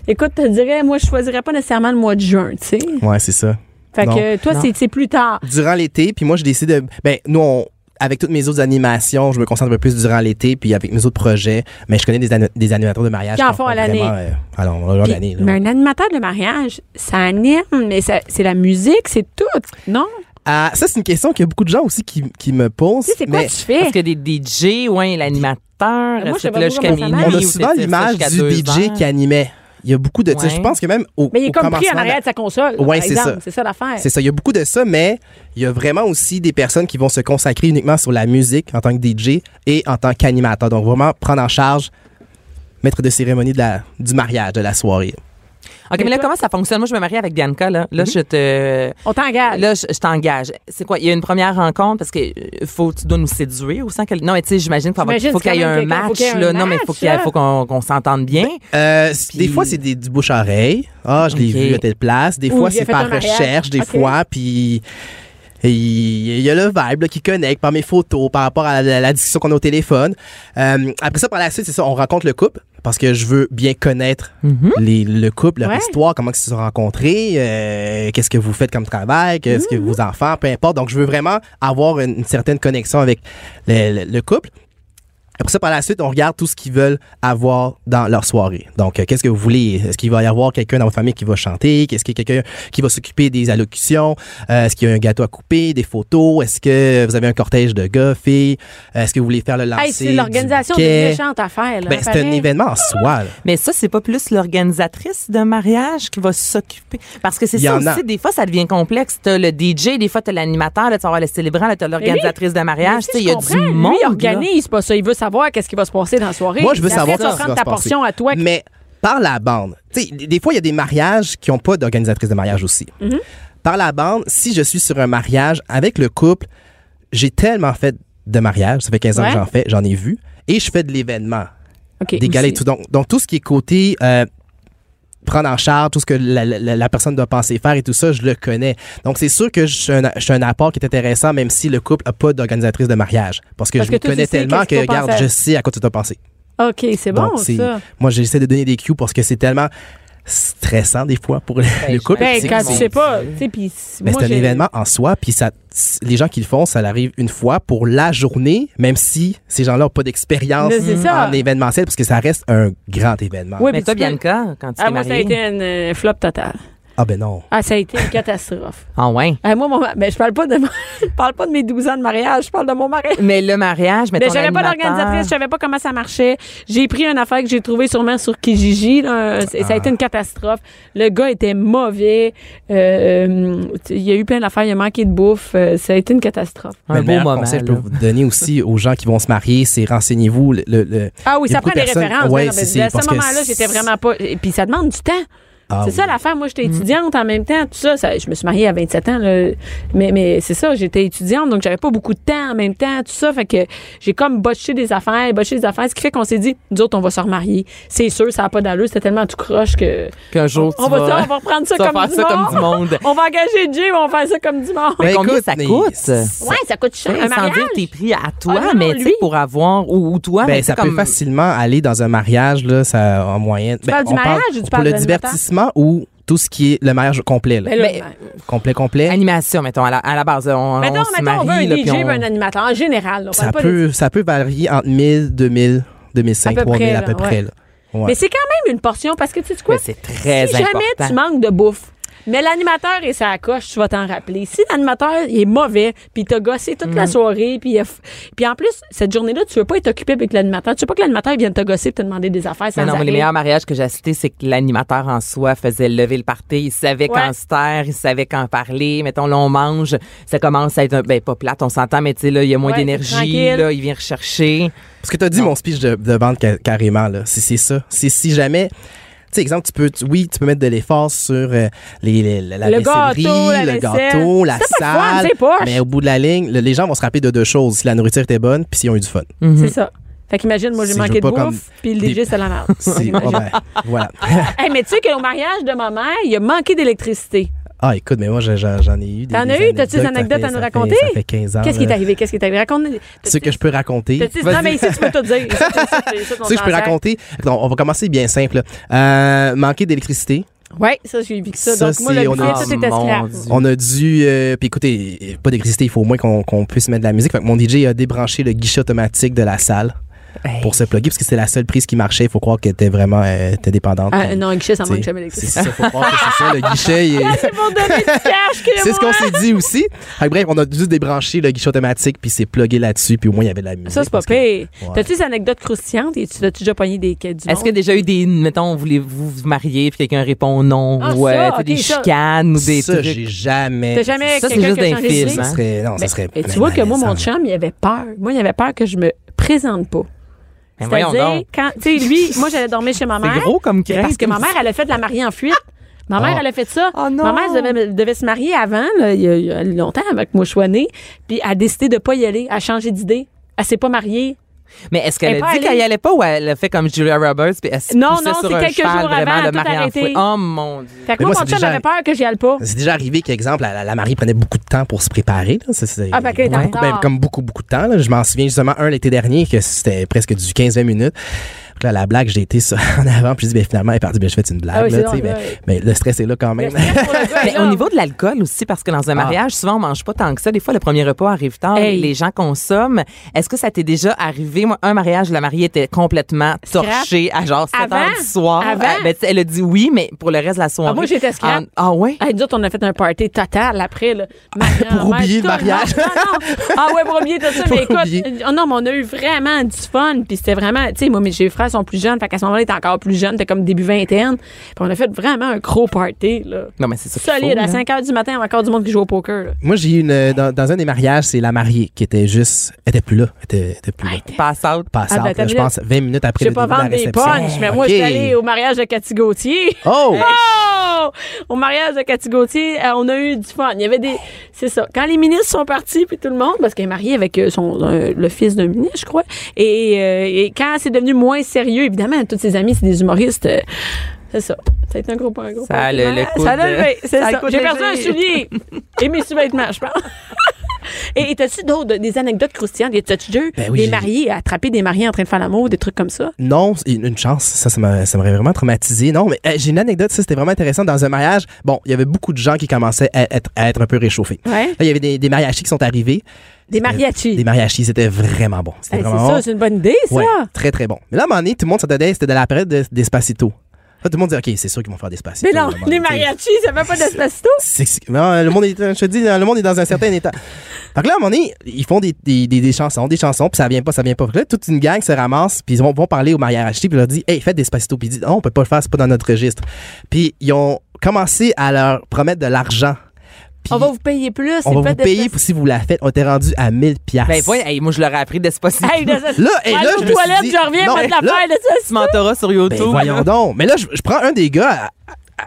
S3: écoute, te dirais, moi, je choisirais pas nécessairement le mois de juin, tu sais.
S7: Ouais, c'est ça.
S3: Fait
S7: Non.
S3: que toi,
S5: Non.
S3: c'est c'est plus tard.
S7: Durant l'été, puis moi, je décide de. Ben, nous, on- Avec toutes mes autres animations, je me concentre un peu plus durant l'été, puis avec mes autres projets. Mais je connais des, anu- des animateurs de mariage
S3: Qui en font à l'année.
S7: vraiment, euh, alors, on va
S3: Puis-
S7: l'année. là.
S3: mais un animateur de mariage, ça anime, mais ça- c'est la musique, c'est tout, non?
S7: Ah, ça, c'est une question qu'il y a beaucoup de gens aussi qui, qui me posent.
S3: Tu sais, c'est quoi
S7: mais-
S3: tu fais?
S5: Parce que des DJ, ouais, l'animateur,
S3: je sais
S5: c'est
S3: pas
S5: là
S3: trop
S5: jusqu'à
S3: comment ça
S5: minuit.
S3: marche.
S7: On a
S5: ou
S7: souvent
S5: c'est- c'est
S7: l'image
S5: jusqu'à
S7: du
S5: deux
S7: DJ
S5: heures.
S7: qui animait. Il y a beaucoup de. tu sais,
S5: Ouais.
S7: Je pense que même au.
S3: Mais il est
S7: au
S3: comme pris en
S7: commencement de la-
S3: arrière de sa console.
S7: Ouais,
S3: par
S7: c'est ça.
S3: exemple. C'est ça l'affaire.
S7: C'est ça, il y a beaucoup de ça, mais il y a vraiment aussi des personnes qui vont se consacrer uniquement sur la musique en tant que DJ et en tant qu'animateur. Donc vraiment prendre en charge maître de cérémonie de la, du mariage, de la soirée.
S5: OK, mais là, comment ça fonctionne? Moi, je me marie avec Bianca, là. Là,
S3: Mm-hmm.
S5: je te...
S3: On t'engage.
S5: Là, je, je t'engage. C'est quoi? Il y a une première rencontre parce que euh, faut, tu dois nous séduire ou sans que. Non, mais tu sais, j'imagine qu'il faut,
S3: J'imagine,
S5: faut
S3: c'est
S5: qu'il y ait
S3: quand
S5: un
S3: même quelqu'un, faut
S5: match.
S3: qu'il y ait un
S5: là. Non, mais il faut
S3: match,
S5: qu'il y ait-
S3: là.
S5: faut qu'on qu'on s'entende bien.
S7: Euh, c- Des
S5: Puis-
S7: fois, c'est des- du bouche-à-oreille. Ah, je l'ai
S5: Ok.
S7: vu à telle place. Des
S3: Ou
S7: fois,
S3: il a
S7: c'est
S3: fait un
S7: par
S3: mariage.
S7: recherche. Des
S3: Ok.
S7: fois, puis... et Il il y a le vibe là, qui connecte par mes photos, par rapport à la, la discussion qu'on a au téléphone. Euh, après ça, par la suite, c'est ça, on rencontre le couple parce que je veux bien connaître les- le couple, leur
S3: Mhm. Ouais.
S7: histoire, comment ils se sont rencontrés, euh, qu'est-ce que vous faites comme travail, qu'est-ce
S3: Mhm.
S7: que vos enfants, peu importe. Donc, je veux vraiment avoir une, une certaine connexion avec le, le- le couple. Après ça, par la suite, on regarde tout ce qu'ils veulent avoir dans leur soirée. Donc, euh, qu'est-ce que vous voulez? Est-ce qu'il va y avoir quelqu'un dans votre famille qui va chanter? Qu'est-ce qu'il y a quelqu'un qui va s'occuper des allocutions? Euh, Est-ce qu'il y a un gâteau à couper, des photos? Est-ce que vous avez un cortège de gars, filles? Euh, Est-ce que vous voulez faire le lancer
S3: Hey, c'est l'organisation
S7: du
S3: des
S7: bouquet?
S3: méchantes affaires. Là,
S7: Ben, c'est un
S3: pareil.
S7: événement en soi. là.
S5: Mais ça, c'est pas plus l'organisatrice d'un mariage qui va s'occuper. Parce que c'est
S7: Il y
S5: ça
S7: en
S5: aussi,
S7: a.
S5: des fois, ça devient complexe. T'as le DJ, des fois, t'as l'animateur, là, tu vas avoir le célébrant, là, t'as l'organisatrice de mariage. Tu
S3: Mais
S5: sais,
S3: si,
S5: il y a
S3: je comprends.
S5: du monde.
S3: Lui, il
S5: là.
S3: organise pas ça. Il veut savoir qu'est-ce qui va se passer dans la soirée.
S7: Moi, je veux
S3: Puis après,
S7: savoir
S3: tu vas
S7: ce qui
S3: prendre
S7: va
S3: ta
S7: se passer.
S3: portion à toi.
S7: Mais par la bande, tu sais, des fois, il y a des mariages qui n'ont pas d'organisatrice de mariage aussi.
S3: Mm-hmm.
S7: Par la bande, si je suis sur un mariage avec le couple, j'ai tellement fait de mariages, ça fait 15 ans
S3: Ouais.
S7: que j'en fais, j'en ai vu, et je fais de l'événement,
S3: OK,
S7: des galets et
S3: aussi.
S7: tout. Donc, donc, tout ce qui est côté euh, prendre en charge, tout ce que la, la- la personne doit penser faire et tout ça, je le connais. Donc, c'est sûr que je suis un, je suis un apport qui est intéressant, même si le couple n'a pas d'organisatrice de mariage. Parce que
S3: Parce
S7: je
S3: que
S7: me
S3: toi, tu
S7: connais
S3: sais
S7: tellement
S3: qu'est-ce
S7: que,
S3: qu'il faut
S7: regarde,
S3: penser.
S7: je sais à quoi tu dois penser.
S3: OK, c'est bon,
S7: Donc, c'est- ben,
S3: ça.
S7: Moi, j'essaie de donner des cues parce que c'est tellement stressant des fois pour le, le couple.
S3: Ben,
S7: C'est-
S3: quand
S7: c'est-
S3: tu sais pas. tu sais, puis
S7: mais
S3: moi,
S7: c'est un
S3: j'ai-
S7: événement en soi, puis ça, les gens qui le font, ça l'arrive une fois pour la journée, même si ces gens-là n'ont pas d'expérience
S3: Mais c'est ça.
S7: en événementiel, parce que ça reste un grand événement.
S3: Oui,
S5: Mais
S3: puis
S5: toi,
S3: tu peux-
S5: Bianca, quand tu t'es
S3: Ah, moi, ça a
S5: mariée.
S3: été une euh, flop totale.
S7: Ah ben non.
S3: Ah, ça a été une catastrophe.
S5: Ah, ouais.
S3: Ah, moi, mon ma- ben, je parle pas de mon- je parle pas de mes 12 ans de mariage, je parle de mon mariage.
S5: Mais le mariage, mais,
S3: Mais
S5: ton
S3: Ben, j'avais pas
S5: animateur-
S3: d'organisatrice, je savais pas comment ça marchait. J'ai pris une affaire que j'ai trouvée sûrement sur Kijiji. là, un- c'est- Ça a été une catastrophe. Le gars était mauvais. Euh, tu- il y a eu plein d'affaires, il a manqué de bouffe. euh, ça a été une catastrophe.
S5: Un
S7: Mais Ben, le
S5: beau
S7: meilleur
S5: moment.
S7: conseil que je
S5: là.
S7: peux vous donner aussi aux gens qui vont se marier, c'est renseignez-vous. Le, le- le-
S3: Ah oui,
S7: Il y a
S3: ça prend
S7: beaucoup
S3: des
S7: de personnes-
S3: références.
S7: ouais,
S3: Non, non,
S7: c'est-
S3: mais à
S7: c'est parce
S3: ce
S7: que
S3: moment-là, j'étais
S7: c'est-
S3: vraiment pas. Et puis ça demande du temps.
S7: Ah
S3: c'est ça
S7: oui.
S3: l'affaire. Moi, j'étais étudiante en même temps, tout ça. ça- je me suis mariée à 27 ans, là. mais, mais c'est ça, j'étais étudiante, donc j'avais pas beaucoup de temps en même temps, tout ça. Fait que j'ai comme botché des affaires, botché des affaires, ce qui fait qu'on s'est dit, nous autres, on va se remarier. C'est sûr, ça n'a pas d'allure, c'était tellement tout croche que.
S5: Qu'un jour,
S3: on,
S5: tu
S3: va,
S5: vas-
S3: on va reprendre ça,
S5: tu vas
S3: comme,
S5: faire
S3: du
S5: ça
S3: monde.
S5: comme du monde.
S3: on va engager Jay, on va faire ça comme du monde.
S5: Mais
S7: Ben,
S5: combien
S7: écoute,
S5: ça
S7: mais-
S5: coûte?
S3: Ouais, ça coûte cher. Un
S5: Sans
S3: mariage?
S5: dire tes prix à toi,
S3: Ah, non,
S5: mais
S3: non,
S5: tu
S3: lui.
S5: sais, pour avoir, ou, ou toi, mais
S7: Ben,
S5: tu
S7: ça
S5: sais, comme,
S7: peut facilement aller dans un mariage, là, ça, en moyenne. Tu
S3: parles du mariage ou tu
S7: Pour
S3: parles
S7: le
S3: de l'animateur?
S7: divertissement ou tout ce qui est le mariage complet, là.
S3: Mais là, ben,
S7: Complet, complet.
S5: animation, mettons, à la, à la base. là, On,
S3: mettons,
S5: on se
S3: mettons, on veut
S5: marie,
S3: un
S5: là,
S3: DJ,
S5: puis
S3: veut
S5: on-
S3: un animateur, en général. on
S7: ça
S3: parle pas des-
S7: peut, ça peut varier entre 1000, 2000, 2005,
S3: À peu
S7: 3000
S3: près,
S7: à peu
S3: là, ouais.
S7: près. là. Ouais.
S3: Mais c'est quand même une portion parce que tu sais quoi?
S5: Mais c'est très
S3: si
S5: important.
S3: jamais tu manques de bouffe, mais l'animateur est sa coche, tu vas t'en rappeler. Si l'animateur il est mauvais, puis t'as gossé toute la soirée, puis il a f- puis en plus cette journée-là, tu veux pas être occupé avec l'animateur. Tu veux pas que l'animateur il vienne te gosser, et te demander des affaires sans
S5: Mais non, mais
S3: arrêt.
S5: les meilleurs mariages que j'ai assistés, c'est que l'animateur en soi faisait lever le party. Il savait
S3: Ouais.
S5: quand se taire, il savait quand parler. Mettons, là, on mange. Ça commence à être un, ben, pas plate, on s'entend, mais tu sais, là, il y a moins
S3: Ouais,
S5: d'énergie.
S3: tranquille.
S5: Là, il vient rechercher.
S7: Parce que tu as dit mon speech de, de vente ca- carrément, là. C'est, c'est ça. C'est si jamais sais, exemple, tu peux, tu- oui, tu peux mettre de l'effort sur euh, les, les- la
S3: Le gâteau,
S7: vaissellerie,
S3: la
S7: le
S3: vaisselle.
S7: gâteau, la
S3: C'est pas le fun,
S7: salle.
S3: c'est poche.
S7: mais au bout de la ligne, le- les gens vont se rappeler de deux choses si la nourriture était bonne puis s'ils ont eu du fun.
S3: C'est ça. Fait qu'imagine, moi, j'ai
S7: Si je
S3: manqué de
S7: veux pas comme
S3: bouffe, puis le
S7: des-
S3: DJ, c'est la merde.
S7: C'est-
S3: Imagine.
S7: ouais, ben, voilà.
S3: Hey, mais tu sais qu'au mariage de ma mère, il a manqué d'électricité.
S7: Ah, écoute, mais moi, j'ai- j'en j'en ai eu des.
S3: T'en
S7: des
S3: as eu? T'as-tu des
S7: ça fait-
S3: anecdotes à
S7: ça
S3: nous
S7: fait-
S3: raconter?
S7: Ça fait 15 ans.
S3: Qu'est-ce qui est
S7: là.
S3: arrivé? Qu'est-ce qui est arrivé? Raconte.
S7: Ce que je peux raconter.
S3: T'as-tu-
S7: Vas-y.
S3: Non, mais ici, tu peux tout dire. Ici, tu sais, ici, on
S7: Tu sais, je peux
S3: s'en sert.
S7: raconter. Donc, on va commencer bien simple. là. Euh, manquer d'électricité.
S3: Oui, ça, j'ai vécu ça.
S7: Ça,
S3: Donc, moi,
S7: c'est-
S3: le
S7: on
S3: billet,
S7: a-
S3: tout était
S5: Mon
S3: scrap.
S5: Dieu.
S7: On a dû. euh, puis écoutez, pas d'électricité, il faut au moins qu'on qu'on puisse mettre de la musique. Fait que mon DJ a débranché le guichet automatique de la salle pour se plugger, parce que c'est la seule prise qui marchait. Il faut croire qu'elle était vraiment euh, était dépendante.
S3: Ah,
S7: Puis,
S3: non, un guichet, ça
S7: tu sais,
S3: manque jamais
S7: C'est
S3: d'électricité.
S7: ça, faut croire que c'est ça, le guichet. il est-
S3: Ah, C'est pour donner du cash, que
S7: C'est ce qu'on
S3: moi.
S7: s'est dit aussi. Fait que bref, on a dû débrancher le guichet automatique, puis c'est plugué là-dessus, puis au moins il y avait de la musique.
S3: Ça, c'est pas
S7: parce que-
S3: pire.
S7: Ouais.
S3: T'as-tu des anecdotes croustillantes? Et tu as-tu déjà pogné des quêtes du
S5: Est-ce
S3: monde?
S5: qu'il y a déjà eu des, mettons, voulez-vous vous marier, puis quelqu'un répond non,
S3: Ah,
S5: ou euh,
S3: ça,
S5: tu sais, des
S3: ok, ça.
S5: chicanes, ou des
S7: ça,
S5: trucs.
S7: j'ai jamais.
S3: T'as jamais
S5: Ça, c'est
S3: quelqu'un
S5: juste
S3: qui a
S5: d'un
S3: changé
S5: film,
S3: de
S7: Ça
S5: hein?
S3: vie?
S7: serait, non, ça
S3: Ben,
S7: serait.
S3: Et tu vois que moi, mon
S7: malaisant.
S3: chum, il avait peur. Moi, il avait peur que je me présente pas.
S7: Ben
S5: Mais Ben, voyons
S3: C'est-à-dire,
S5: donc.
S3: quand, tu sais, lui, moi, j'allais dormir chez ma
S5: C'est
S3: mère.
S5: gros comme
S3: Mais
S5: crainte.
S3: Parce que ma mère, elle a fait de la mariée en fuite. Ma mère,
S7: Ah.
S3: elle a fait ça.
S5: Oh non.
S3: Ma mère elle devait, devait se marier avant, là, il, y a, il y a longtemps, avec moi, je suis née. Puis elle a décidé de pas y aller. Elle a changé d'idée. Elle s'est pas mariée.
S5: Mais est-ce
S3: Elle est
S5: qu'elle
S3: pas
S5: a dit
S3: allée.
S5: qu'elle y allait pas ou elle a fait comme Julia Roberts puis elle se
S3: Non,
S5: poussait
S3: non,
S5: sur
S3: c'est
S5: un
S3: quelques
S5: cheval
S3: jours
S5: vraiment
S3: avant,
S5: de
S3: tout
S5: mariée en
S3: arrêté.
S5: fouet? Oh mon dieu.
S3: Fait que
S7: Mais
S3: moi,
S7: moi,
S3: mon
S7: c'est
S3: chum
S7: déjà-
S3: avait peur que j'y aille pas.
S7: C'est déjà arrivé qu'exemple, la, la- la mariée prenait beaucoup de temps pour se préparer. là. Ça, c'est-
S3: Ah, fait qu'elle était en
S7: beaucoup-
S3: retard.
S7: ben, comme beaucoup, beaucoup de temps. là. Je m'en souviens justement un l'été dernier que c'était presque du 15-20 minutes. Puis Là, la blague, j'ai été ça en avant, puis j'ai dit, ben, finalement, elle est partie, ben, je fais une blague.
S3: Ah oui,
S7: là,
S3: c'est
S7: tu sais,
S3: drôle,
S7: ben,
S3: ouais.
S7: mais le stress est là quand même.
S3: Ben
S5: Mais au niveau de l'alcool aussi, parce que dans un mariage, souvent, on mange pas tant que ça. Des fois, le premier repas arrive tard,
S3: Ah. Hey.
S5: les gens consomment. Est-ce que ça t'est déjà arrivé? Moi, un mariage, la mariée était complètement
S3: Scrap.
S5: torchée à genre 7
S3: Avant.
S5: heures du soir.
S3: Avant.
S5: Euh, ben, tu sais, elle a dit oui, mais pour le reste de la soirée.
S3: Ah, moi, j'étais scrap.
S5: En- Ah, ouais?
S3: Hey, nous autres, on a fait un party total après. Là. Ma grand-mère,
S7: oublier le
S3: tout
S7: mariage.
S3: monde- Non, non. Ah ouais, pour oublier tout ça. mais
S7: Pour
S3: écoute,
S7: oublier.
S3: oh non, mais on a eu vraiment du fun. Puis c'était vraiment, tu sais, moi, mes, mes frères sont plus jeunes. Fait qu'à ce moment-là, ils étaient encore plus jeunes. T'es comme début vingtaine. Puis on a fait vraiment un gros party. Là.
S5: Non, mais c'est ça. qu'il
S3: Solide.
S5: faut,
S3: à
S5: là.
S3: 5 h du matin, il y avait encore du monde qui joue au poker. Là.
S7: Moi, j'ai eu une, dans, dans un des mariages, c'est la mariée qui était juste, elle était plus là, elle était, elle était plus là.
S5: Pass out.
S7: Passe
S3: Ah,
S7: out,
S3: ben, t'as
S7: là, je
S3: mis là-
S7: pense, 20 minutes après
S3: Je vais
S7: le
S3: pas
S7: début de la
S3: vendre des
S7: réception.
S3: punches, mais moi, je suis
S7: Ok.
S3: allée au mariage de Cathy Gauthier.
S7: Oh!
S3: Oh! Au mariage de Cathy Gauthier, euh, on a eu du fun. Il y avait des. C'est ça. Quand les ministres sont partis, puis tout le monde, parce qu'elle est mariée avec euh, son, euh, le fils d'un ministre, je crois. Et, euh, et quand c'est devenu moins sérieux, évidemment, tous ses amis, c'est des humoristes. euh, c'est ça. Ça a été un gros un gros
S5: Ça a le- le coude-
S3: Ça a levé, c'est
S5: ça
S3: ça.
S5: a le coude
S3: J'ai perdu un
S5: léger.
S3: soulier et mes sous-vêtements, je pense. Et et t'as-tu d'autres, des anecdotes croustillantes? Y tu deux,
S7: Ben oui,
S3: des
S7: j'ai-
S3: mariés, attraper des mariés en train de faire l'amour, des trucs comme ça?
S7: Non, c'est une une chance. Ça, ça m'a- ça m'aurait vraiment traumatisé. Non, mais euh, j'ai une anecdote, ça, c'était vraiment intéressant. Dans un mariage, bon, il y avait beaucoup de gens qui commençaient à être, à être un peu réchauffés.
S3: Ouais.
S7: Là, il y avait des, des mariachis qui sont arrivés.
S3: Des
S7: C'était-
S3: mariachis.
S7: Des mariachis, c'était vraiment bon. C'était
S3: Hey, c'est
S7: vraiment
S3: ça,
S7: bon.
S3: c'est une bonne idée, ça.
S7: Ouais, très, très bon. Mais là, à un moment donné, tout le monde s'attendait, c'était de la période de- d'Espacito. Là, tout le monde disait, OK, c'est sûr qu'ils vont faire d'Espacito.
S3: Mais non,
S7: à un moment
S3: les
S7: donné, tu sais.
S3: mariachis, ça fait pas d'espacito.
S7: C'est- c'est- non, le monde est, je te dis, le monde est dans un certain état. Fait que là, à un moment donné, ils font des, des, des, des chansons, des chansons, puis ça vient pas, ça vient pas. Fait que là, toute une gang se ramasse, puis ils vont, vont parler au mariage puis ils leur disent, hey, faites des spacitos, puis ils disent, non, on peut pas le faire, c'est pas dans notre registre. Puis ils ont commencé à leur promettre de l'argent. Puis
S3: On va vous payer plus.
S7: on
S3: c'est
S7: va
S3: pas
S7: vous payer pour- si vous la faites. On était rendu à 1000 piastres.
S5: Ben, voyons, hey, moi, je l'aurais appris d'Espacito.
S3: Hey, de ça.
S7: Là, et
S3: Ouais,
S7: là,
S3: aux
S7: je me suis
S3: toilettes,
S7: dit-
S3: je reviens
S7: Non,
S3: mettre
S7: là-
S3: l'affaire de
S5: Tu
S3: ça.
S5: mentoras sur YouTube.
S7: Ben, voyons
S5: là.
S7: donc. Mais là, je, je prends un des gars à,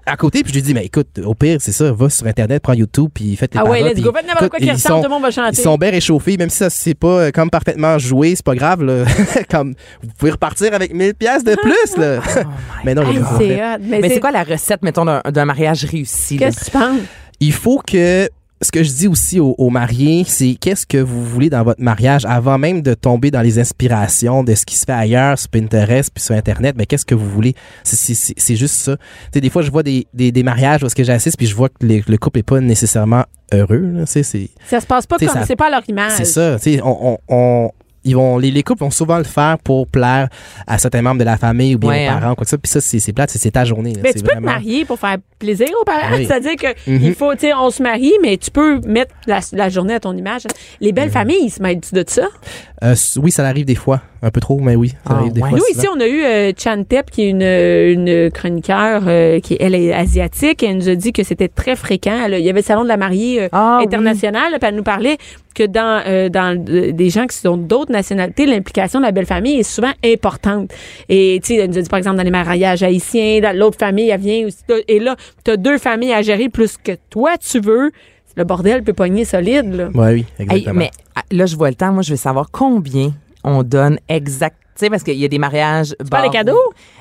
S7: à- à côté, puis je lui dis, mais écoute, au pire, c'est ça, va sur Internet, prends YouTube, puis faites les
S3: Ah ouais,
S7: paroles,
S3: let's go.
S7: puis-
S3: Faites n'importe quoi
S7: écoute,
S3: qui
S7: ils
S3: ressemble,
S7: sont-
S3: tout le monde va chanter.
S7: Ils sont bien réchauffés, même si ça c'est pas euh, comme parfaitement joué, c'est pas grave. Là. comme vous pouvez repartir avec 1000 pièces de plus. Là. mais non, il y a
S3: Oh Hey,
S7: pas
S3: c'est
S7: fait.
S3: hot.
S5: Mais c'est quoi la recette, mettons, d'un d'un mariage réussi? là?
S3: Qu'est-ce que tu penses?
S7: il faut que ce que je dis aussi aux, aux mariés, c'est qu'est-ce que vous voulez dans votre mariage avant même de tomber dans les inspirations de ce qui se fait ailleurs sur Pinterest puis sur Internet. Mais qu'est-ce que vous voulez C'est- C'est c'est- c'est juste ça. Tu sais, des fois, je vois des, des, des mariages où est-ce que j'assiste puis je vois que les- le couple est pas nécessairement heureux. là. Tu sais, C'est
S3: Ça se passe pas
S7: T'sais,
S3: comme.
S7: ça-
S3: C'est pas à leur image.
S7: c'est ça. Tu sais, on, on, on- ils vont, les, les couples vont souvent le faire pour plaire à certains membres de la famille ou bien
S5: Ouais,
S7: aux parents, quoi que ça. Puis ça, c'est c'est plate, c'est c'est ta journée. là.
S3: Mais
S7: C'est
S3: tu peux
S7: vraiment-
S3: te marier pour faire plaisir aux parents.
S7: Oui. Mhm.
S3: C'est-à-dire que il faut, tu sais, on se marie, mais tu peux mettre la, la journée à ton image. Les
S7: Mhm.
S3: belles familles, ils se mêlent de ça.
S7: Euh, s- oui, ça arrive des fois. Un peu trop, mais oui. Ça
S5: Ah,
S7: arrive des
S5: ouais.
S7: fois.
S3: Nous,
S7: souvent.
S3: ici, on a eu euh, Chan Tep, qui est une, euh, une chroniqueur euh, qui, elle, est asiatique. Elle nous a dit que c'était très fréquent. Elle, il y avait le salon de la mariée euh,
S5: Ah, oui.
S3: international. là, puis elle nous parlait que dans, euh, dans euh, des gens qui sont d'autres nationalités, l'implication de la belle famille est souvent importante. Et tu sais, elle nous a dit, par exemple, dans les mariages haïtiens, dans l'autre famille, elle vient aussi. là. Et là, tu as deux familles à gérer plus que toi, tu veux. Le bordel peut pogner solide, là.
S7: Ouais, oui,
S5: Hey,
S7: exactement.
S5: mais ah, là, je vois le temps. Moi, je veux savoir combien on donne exact. Tu sais, parce qu'il y a des mariages.
S3: pas les cadeaux?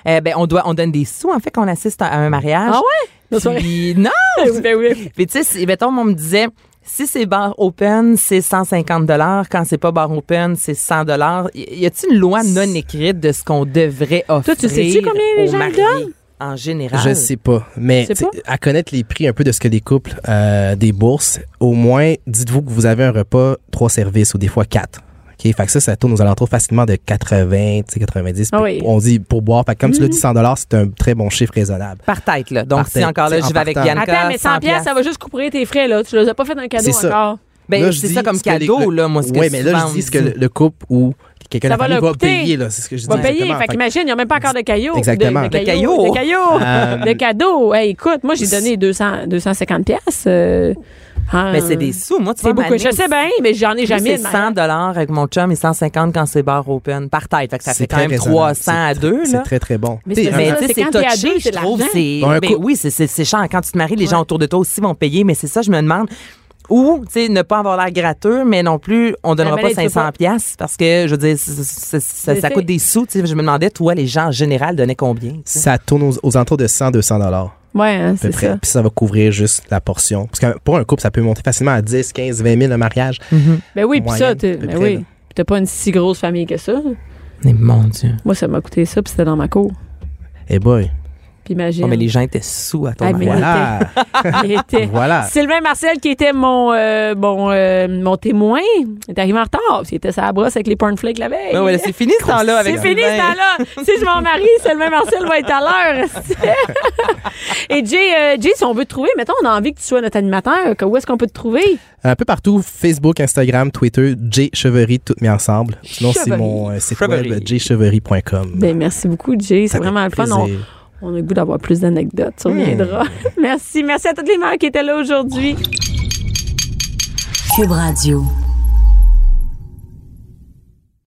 S5: Euh, ben, on, doit, on donne des sous, en fait, quand on assiste à un mariage.
S3: Ah ouais?
S5: Puis, non!
S3: Ben oui.
S5: Puis, tu sais, si- mettons, on me disait. Si c'est bar open, c'est 150 Quand c'est pas bar open, c'est 100 Y y a-t-il une loi non écrite de ce qu'on devrait offrir
S3: tu sais-tu combien les
S5: aux
S3: gens
S5: mariés
S3: donnent?
S5: En général.
S7: Je sais pas, mais
S3: sais
S7: t'sais, à connaître les prix un peu de ce que les couples euh, des bourses, au moins, dites-vous que vous avez un repas, trois services ou des fois quatre. OK? Fait que ça, ça tourne aux alentours facilement de 80, t'sais, 90.
S3: Ah Mhm.
S7: Puis
S3: oui.
S7: On dit pour boire. Fait que comme tu l'as dit, 100 c'est un très bon chiffre raisonnable.
S5: Par tête, là. Donc,
S7: Par
S5: si
S7: tête,
S5: encore là,
S7: en
S5: je vais avec
S7: partant.
S5: Bianca.
S3: Attends, mais 100 piastres, ça va juste couvrir tes frais, là. Tu les as pas fait un cadeau
S7: C'est ça.
S3: encore.
S5: Ben,
S7: Là, je
S5: c'est
S7: dis
S5: ça comme
S7: ce que les-
S5: cadeau,
S7: le-
S5: là, moi, ce que
S7: Oui, mais là,
S5: souvent
S7: je
S5: on
S7: dis ce que
S5: dit.
S7: le, le couple ou quelqu'un de
S3: Ça
S7: la
S3: va
S7: famille
S3: leur
S7: va
S3: coûter.
S7: payer, là. C'est ce que je dis.
S3: Va payer.
S7: exactement.
S3: Fait qu'imagine, il n'y a même pas encore de cailloux.
S7: Exactement.
S3: De, de
S5: De
S3: cailloux. De
S5: cailloux.
S3: cailloux.
S7: Euh,
S3: De cadeaux. Hey, écoute, moi, j'ai donné 200, 250 piastres.
S5: Mais Ben, c'est des sous, moi, tu
S3: C'est
S5: vois,
S3: beaucoup.
S5: Mané,
S3: Je sais bien, mais j'en ai
S5: Moi,
S3: jamais.
S5: C'est
S3: de
S5: 100 dollars avec mon chum et 150 quand c'est bar open par tête. Fait que ça
S7: C'est
S5: fait quand
S7: très
S5: même
S7: raisonnable.
S5: 300 à
S7: C'est-
S5: deux.
S7: C'est
S5: Là.
S7: très, très bon.
S3: Mais
S7: T'sais,
S3: c'est
S7: un-
S3: vrai.
S5: Mais
S3: ça,
S5: tu sais,
S3: c'est
S5: c'est
S3: quand t'es
S5: touché,
S3: ado, c'est
S5: je
S3: de
S5: trouve.
S3: l'argent.
S5: c'est-
S7: Bon, un
S5: ben
S7: coup-
S5: oui, c'est- c'est c'est cher. Quand tu te maries, les gens autour de toi aussi vont payer, mais c'est ça, je me demande. Ou, tu sais, ne pas avoir l'air gratteux, mais non plus, on donnera
S3: mais
S5: pas
S3: là, il faut
S5: 500
S3: pas-
S5: piastres parce que, je veux dire, c'est- c'est- ça,
S3: Mais
S5: ça
S3: c'est-
S5: coûte des sous. Tu sais, je me demandais, toi, les gens en général donnaient combien? tu sais?
S7: Ça tourne aux, aux alentours de 100, 200 dollars.
S3: Ouais, hein,
S7: à peu
S3: c'est
S7: près.
S3: ça.
S7: Puis ça va couvrir juste la portion. Parce que pour un couple, ça peut monter facilement à 10, 15, 20 000 le mariage.
S3: Ben oui, puis ça,
S7: Moyenne,
S3: t'es-
S7: à peu
S3: ben
S7: près,
S3: oui.
S7: là.
S3: Puis T'as pas une si grosse famille que ça.
S5: Mais mon Dieu.
S3: Moi, ça m'a coûté ça, puis c'était dans ma cour.
S7: Eh boy.
S3: Puis imagine.
S5: Oh, mais les gens étaient sous à ton
S3: Ah, mais-
S5: mariage.
S7: Voilà.
S3: Il était-
S7: voilà.
S3: Sylvain Marcel, qui était mon, euh, bon, euh, mon témoin, est arrivé en retard. Il était sa brosse avec les pornflakes la veille.
S5: Ouais, ouais, c'est fini ce temps-là avec
S3: C'est fini ce
S5: Sylvain.
S3: temps-là. si je m'en marie, seulement Marcel va être à l'heure. Et Jay, euh, Jay, si on veut te trouver, mettons, on a envie que tu sois notre animateur. que- Où est-ce qu'on peut te trouver?
S7: Un peu partout, Facebook, Instagram, Twitter, J Chevery, toutes mis ensemble. Sinon, c'est
S3: Chevery.
S7: mon euh, site
S5: Chevery.
S7: web, jchevery.com.
S3: Ben, merci beaucoup, Jay. C'est
S7: Ça fait
S3: vraiment le fun. On,
S7: plaisir.
S3: on a le goût d'avoir plus d'anecdotes. On reviendra. merci. Merci à toutes les mères qui étaient là aujourd'hui.
S8: Cube Radio.